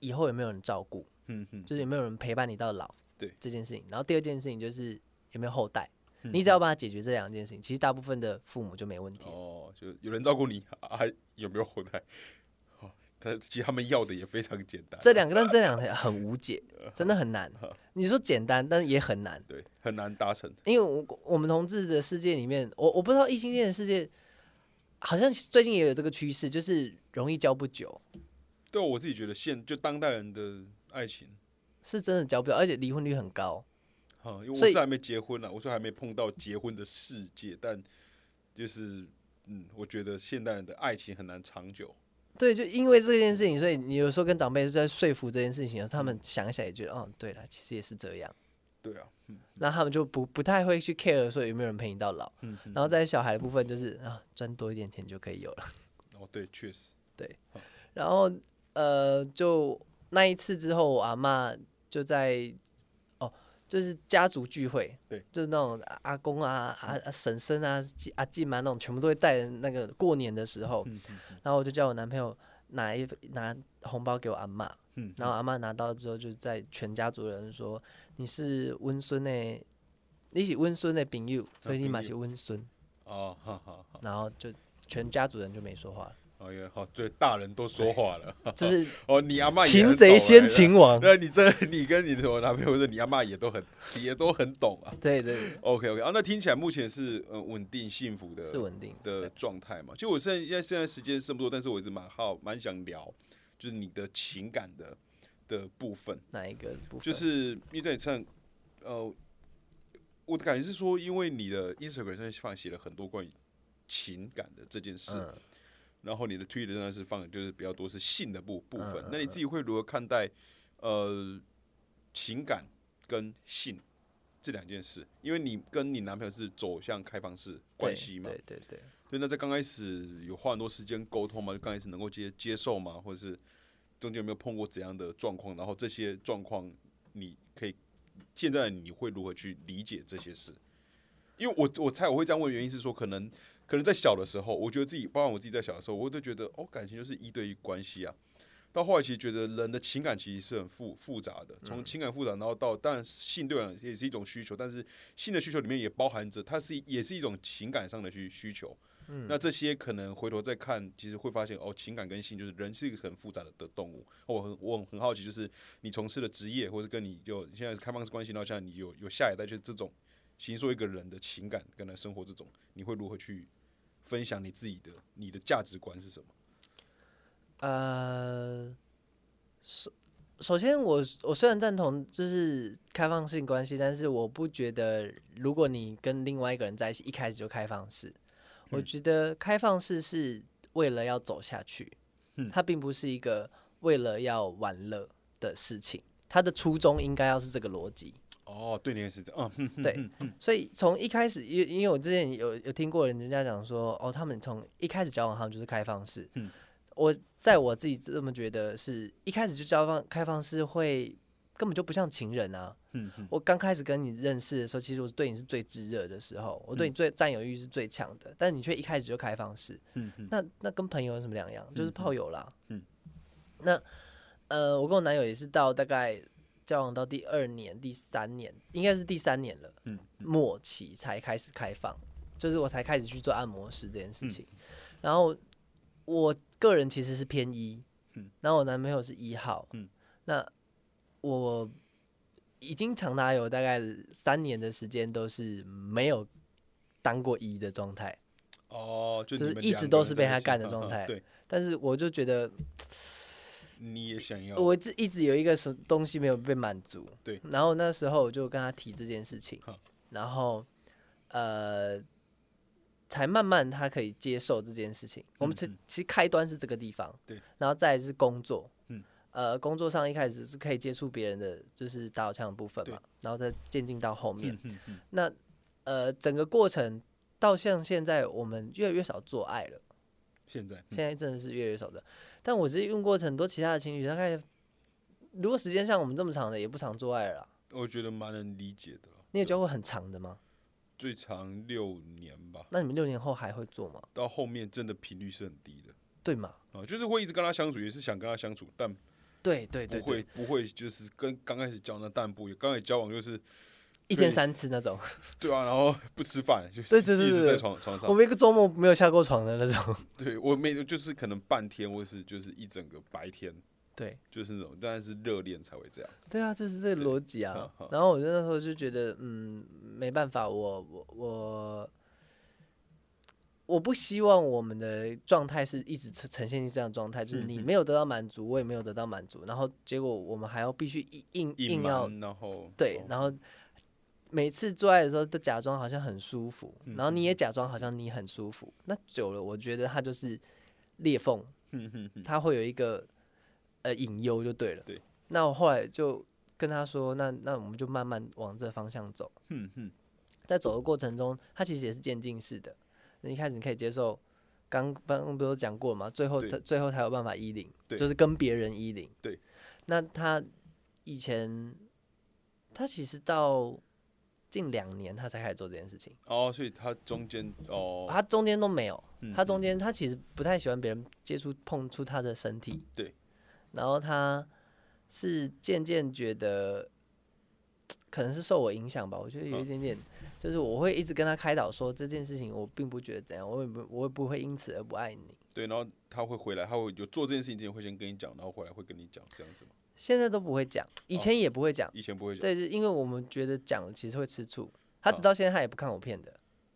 以后有没有人照顾，嗯哼，就是有没有人陪伴你到老，对嗯这件事情。然后第二件事情就是有没有后代，你只要帮他解决这两件事情，其实大部分的父母就没问题。哦，就有人照顾你，啊、还有没有后代？哦，他其实他们要的也非常简单，这两个，但这两个很 (laughs) 无解，真的很难。你说简单，但也很难。对，很难达成。因为我我们同志的世界里面，我我不知道异性恋的世界，好像最近也有这个趋势，就是容易交不久，对我自己觉得现就当代人的爱情，是真的交不久，而且离婚率很高。哈、因为所我以是还没结婚啊呢，我是还没碰到结婚的世界，但就是嗯，我觉得现代人的爱情很难长久。对，就因为这件事情，所以你有时候跟长辈在说服这件事情的时候，他们想一想也觉得，哦，对了，其实也是这样。对啊，那他们就不不太会去 care 说有没有人陪你到老。嗯哼，然后在小孩的部分，就是啊，赚多一点钱就可以有了。哦，对，确实，然后呃，就那一次之后，我阿嬷就在哦，就是家族聚会，对，就是那种阿公啊、阿阿婶婶啊、继阿舅妈那种，全部都会带着那个过年的时候，嗯哼然后我就叫我男朋友拿一拿红包给我阿嬷，嗯然后阿嬷拿到之后，就在全家族人说：“你是温孙的，你是温孙的朋友，所以你嘛朋友是温孙。哦，哈哈哈，”然后就全家族人就没说话了，哦，也好，对，大人都说话了。就是哦，你阿妈擒贼先擒。擒王。那你真的，你跟你的我男朋友，或者你阿妈也都很，也都很懂啊。对对对， OK OK 啊，那听起来目前是呃稳定幸福是的稳定的状态嘛？其实我现在现在现在时间剩不多，但是我一直蛮好蛮想聊，就是你的情感的的部分，哪一个部分？就是因为在你唱呃，我的感觉是说，因为你的 Instagram 上面放写了很多关于情感的这件事，嗯，然后你的 Twitter 上是放就是比较多是性的部部分嗯嗯，那你自己会如何看待呃情感跟性这两件事，因为你跟你男朋友是走向开放式关系嘛，对对对，对，那在刚开始有花很多时间沟通吗？就刚开始能够接接受吗？或者是中间有没有碰过怎样的状况？然后这些状况你可以现在你会如何去理解这些事？因为我我猜我会这样问，原因是说可能可能在小的时候，我觉得自己，包括我自己在小的时候，我都觉得哦，感情就是一对一关系啊。到后来其实觉得人的情感其实是很复复杂的，从情感复杂，然后到当然性对我来讲也是一种需求，但是性的需求里面也包含着它是也是一种情感上的需需求。那这些可能回头再看，其实会发现哦，情感跟性就是人是一个很复杂的的动物。哦我很我很很好奇，就是你从事的职业，或是跟你就现在是开放式关系，然后现在你有有下一代，就是这种形塑一个人的情感跟他生活这种，你会如何去分享你自己的你的价值观是什么？呃，首首先我，我虽然赞同就是开放性关系，但是我不觉得如果你跟另外一个人在一起，一开始就开放式，我嗯觉得开放式是为了要走下去，嗯它并不是一个为了要玩乐的事情，它的初衷应该要是这个逻辑。哦，对你也是这样，嗯，对，所以从一开始，因因为我之前有有听过人家讲说，哦，他们从一开始交往，他们就是开放式。嗯我在我自己这么觉得是，一开始就交放开放式会根本就不像情人啊。嗯我刚开始跟你认识的时候，其实我对你是最炙热的时候，我对你最占有欲是最强的，但你却一开始就开放式，嗯嗯那那跟朋友有什么两样？就是炮友啦。嗯那呃，我跟我男友也是到大概交往到第二年、第三年，应该是第三年了，嗯末期才开始开放，就是我才开始去做按摩师这件事嗯情。然后我个人其实是偏一，嗯然后我男朋友是一号，嗯那我已经长达有大概三年的时间都是没有当过一的状态。哦，就就你是们一两直个都人是在被一他起干的嗯嗯状态对，但是我就觉得，你也想要，我一直有一个什么东西没有被满足。对然后那时候我就跟他提这件事情好，然后呃，才慢慢他可以接受这件事情。我们其其实开端是这个地方，嗯对，然后再来是工作，嗯，呃，工作上一开始是可以接触别人的，就是打手枪的部分对嘛，然后再渐进到后面。嗯嗯嗯，那呃，整个过程到像现在，我们越来越少做爱了。现在嗯现在真的是越来越少的。但我是用过很多其他的情侣，大概如果时间像我们这么长的，也不常做爱了啦。我觉得蛮能理解的啦。你有交过很长的吗？最长六年吧，那你们六年后还会做吗？到后面真的频率是很低的对吗？啊，就是会一直跟他相处，也是想跟他相处，但对对不对会对，不会就是跟刚开始交往那但不一样，刚开始交往就是一天三次那种。对啊，然后不吃饭，就是对对对一直对在对床床 (laughs) 我上，们一个周末没有下过床的那种。 (laughs) 对我每就是可能半天或是就是一整个白天，对就是那种，当然是热恋才会这样，对啊，就是这个逻辑 (laughs) 好啊好。然后我就那时候就觉得，嗯，没办法，我我我。我不希望我们的状态是一直呈呈现这样的状态，就是你没有得到满足，我也没有得到满足，然后结果我们还要必须硬硬隐硬要瞒，然后对哦，然后每次做爱的时候都假装好像很舒服，嗯然后你也假装好像你很舒服。那久了，我觉得它就是裂缝，它会有一个呃隐忧就对了。对，那我后来就跟他说，那那我们就慢慢往这方向走。哼哼，在走的过程中，它其实也是渐进式的。那一开始你可以接受，刚刚不是都讲过嘛，最后对才最后才有办法依零，对就是跟别人依零。对，那他以前他其实到近两年他才开始做这件事情，哦，所以他中间哦，他中间都没有，嗯他中间他其实不太喜欢别人接触碰触他的身体。对，然后他是渐渐觉得，可能是受我影响吧，我觉得有一嗯点点，就是我会一直跟他开导说这件事情我并不觉得怎样，我也不我也不会因此而不爱你。对，然后他会回来，他会有做这件事情之前会先跟你讲，然后回来会跟你讲这样子嘛，现在都不会讲，以前也不会讲，以前哦不会讲对，是因为我们觉得讲了其实会吃醋。他直嗯到现在他也不看我片的，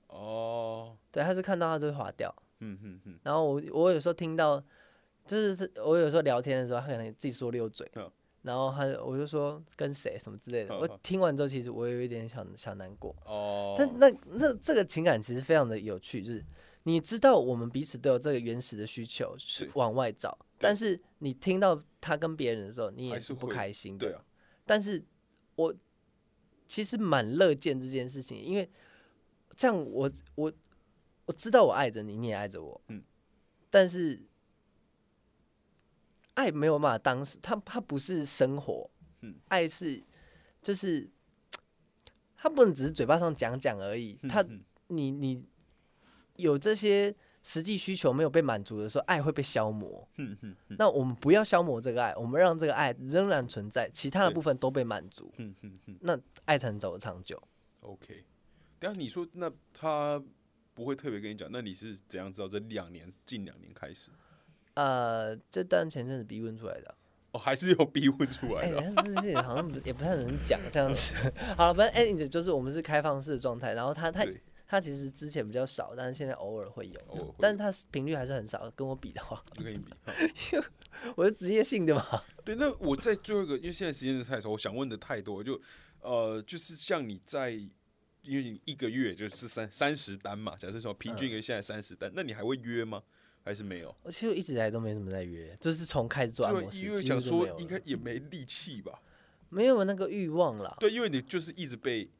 哦，对，他是看到他就会划掉。嗯哼哼，然后我我有时候听到，就是我有时候聊天的时候，他可能自己说溜嘴，嗯然后他我就说跟谁什么之类的。嗯我嗯听完之后，其实我有一点小小难过。哦，但那那这个情感其实非常的有趣，就是你知道我们彼此都有这个原始的需求是对往外找，但是你听到他跟别人的时候，你还也是不会开心的。对啊，但是我其实蛮乐见这件事情，因为这样我我我知道我爱着你，你也爱着我，嗯，但是爱没有办法当时，它它不是生活，嗯，爱是就是它不能只是嘴巴上讲讲而已，它嗯你你有这些实际需求没有被满足的时候，爱会被消磨。嗯嗯嗯那我们不要消磨这个爱，我们让这个爱仍然存在，其他的对部分都被满足，嗯嗯嗯爱才能走得长久。 ，OK。等一下你说那他不会特别跟你讲，那你是怎样知道这两年近两年开始？呃，这当然前阵子逼问出来的，哦，还是有逼问出来哎、的。啊嗯但是这些好像不也不太能讲这 (laughs) 样子。好了，反正 anyway 就是我们是开放式的状态，然后哎他他对他其实之前比较少，但是现在偶尔会有偶尔会有，但是他频率还是很少。跟我比的话，就跟你比。哈我是职业性的嘛，对，那我在最后一个，因为现在时间真的太少，我想问的太多，就呃，就是像你在，因为你一个月就是三三十单嘛，假设说平嗯均一个月现在三十单，那你还会约吗？还是没有？我其实一直以来都没怎么在约，就是从开始做按对摩，师，因为啊几乎想就说没有应了该也没力气吧？没有那个欲望了，对，因为你就是一直被，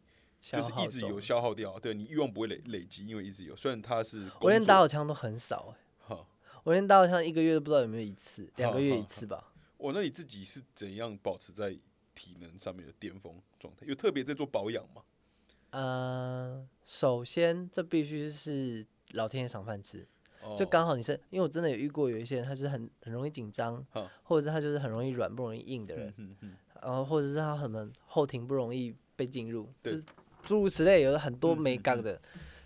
消就是一耗直中有消耗掉，对你欲望不会累累积，因为一直有。虽然它是我工连作打火枪都很少、欸，哈，我连打火枪一个月都不知道有没有一次，两个月好一好次吧。哦，那你自己是怎样保持在体能上面的巅峰状态？有特别在做保养吗？呃，首先这必须是老天爷赏饭吃，哦就刚好你是因为我真的有遇过有一些人，他就是很很容易紧张好，或者是他就是很容易软不容易硬的人，嗯嗯然后或者是他可能后庭不容易被进入，就对是诸如此类，有很多嗯没嗯杠的，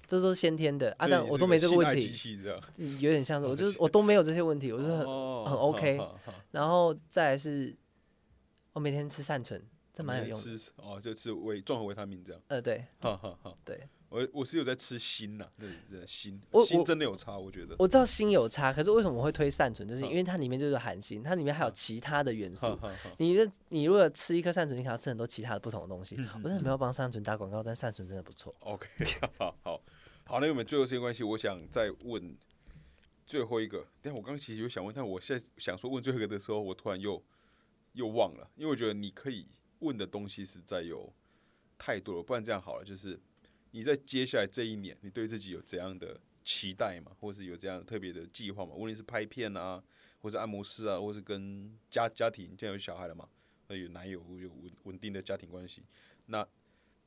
这都是先天的啊，所以但你我是都没这性个问爱机题，器这样，有点像是我就是我都没有这些问题，我就是很哦很 OK 哈哈哈然后再来是，我每天吃善存，这蛮有用的。吃哦，就吃维综合维他命这样，呃，对哈哈哈。对，我我是有在吃锌呐、那那锌我，锌我真的有差，我觉得。我知道锌有差，可是为什么我会推善存？就是嗯因为它里面就是含锌，它里面还有其他的元哈素。哈哈。你如你如果吃一颗善存，你可能要吃很多其他的不同的东西。嗯我真的没有帮善存打广告，但善存真的不错。 OK，好好好，那我们最后时间关系，我想再问最后一个。但我刚刚其实有想问，但我现在想说问最后一个的时候，我突然又又忘了，因为我觉得你可以问的东西实在有太多了。不然这样好了，就是你在接下来这一年，你对自己有怎样的期待吗？或是有怎样特别的计划吗？无论是拍片啊，或是按摩师啊，或是跟家家庭，现在有小孩了嘛，呃有男友有稳稳定的家庭关系，那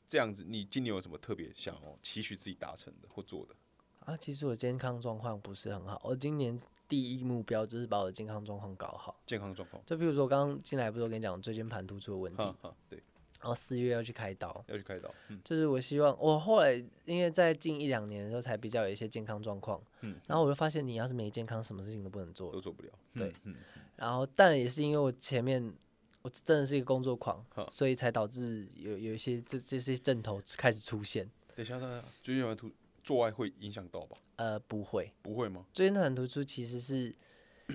这样子，你今年有什么特别想要期许自己达成的或做的？啊，其实我健康状况不是很好，我今年第一目标就是把我的健康状况搞好。健康状况？就比如说我刚刚进来不是我跟你讲我椎间盘突出的问题，哈哈，对，然后四月要去开刀，要去开刀。嗯就是我希望我后来因为在近一两年的时候才比较有一些健康状况，嗯，然后我就发现你要是没健康，什么事情都不能做都。做不了。对嗯，嗯，然后当然也是因为我前面我真的是一个工作狂好，所以才导致有有一些这这些症头开始出现。等一下，大家椎间盘突做爱会影响到吧？呃，不会，不会吗？椎间盘突出其实是 (coughs)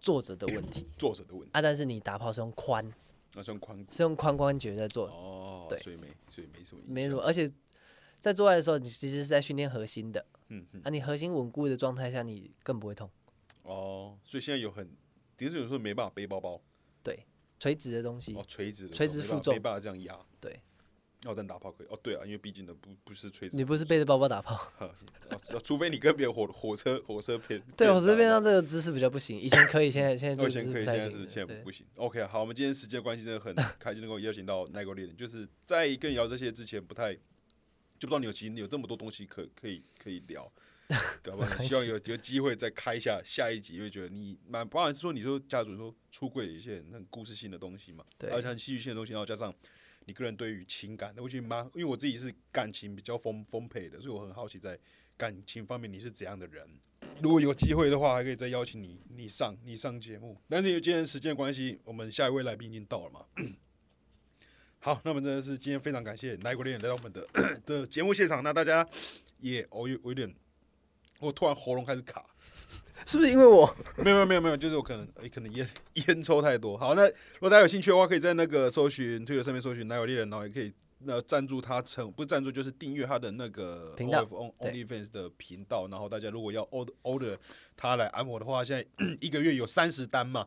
坐着的问题作者的问题，啊，但是你打炮是用髋，那算髋骨。是用髋关节在做，哦，对所以没，所以没什么影响。没什么，而且。在做爱的时候，你其实是在训练核心的嗯嗯。啊，你核心稳固的状态下，你更不会痛。哦，所以现在有很，的确有时候没办法背包包，垂直的东西，哦，垂直的时候垂直没办负法重没办法这样压。对，哦，但打炮可以。哦，对啊，因为毕竟呢，不不是垂直你，不是背着包包打 (laughs) 炮？哦除非你跟别人火火车火车偏。对，我这边上。上这个姿势比较不行，以前可以，现在现在这我哦个以姿前势可不以，太现在行是了现在对不行。OK，好，我们今天时间关系真的 (laughs) 很开心能够邀请到奈哥猎人，就是在跟你聊这些之前不太就不知道你有其实你有这么多东西可可以可以聊，对吧？希望有有机会再开一下下一集，因为觉得你蛮，包含是说你说家主说出柜的一些很很故事性的东西嘛，对而且很戏剧性的东西，然后加上。你个人对于情感的，我觉得蛮，因为我自己是感情比较丰丰沛的，所以我很好奇在感情方面你是怎样的人。如果有机会的话，还可以再邀请你，你上你上节目。但是因为今天时间关系，我们下一位来宾已经到了嘛。 (clears throat) 好，那么真的是今天非常感谢奶国猎人来到我们的 (coughs) 的节目现场。那大家也哦，有我有点，我突然喉咙开始卡，是不是因为我？没有没有没有没有，就是我可能诶可能烟 (laughs) 烟抽太多。好，那如果大家有兴趣的话，可以在那个搜寻推特上面搜寻奶有猎人，然后也可以那赞助他成不是赞助就是订阅他的那个频道 OF on 对 OnlyFans 的频道。然后大家如果要 order order 他来按摩的话，现在一个月有三十单嘛，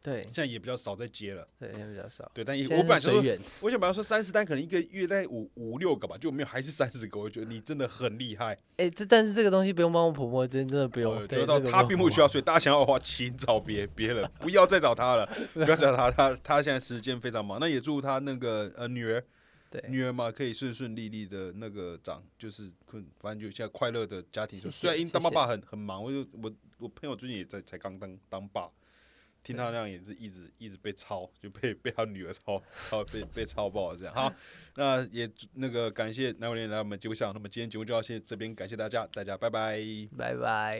对现在也比较少在接了。对，也比较少。对，但也现我在本来是想随说，缘，我想本来说三十单可能一个月大概五五六个吧，就没有还是三十个，我觉得你真的很厉害。哎，这但是这个东西不用帮我婆婆，真真的不用呃。对就到这个他不并用不需要，所以大家想要的话，请找别别人，不要再找他了，不要再找他，他他现在时间非常忙。那也祝他那个呃女儿对，女儿嘛，可以顺顺利利的那个长，就是困，反正就现在快乐的家庭。谢谢虽然因为谢当爸谢爸很很忙，我就我我朋友最近也在才刚当当爸，听他那样也是一直一直被操，就被被他女儿操操被被操爆这样。好，那也祝那个感谢南伟来我们节目上，那么今天节目就到现这边，感谢大家，大家拜拜。拜拜。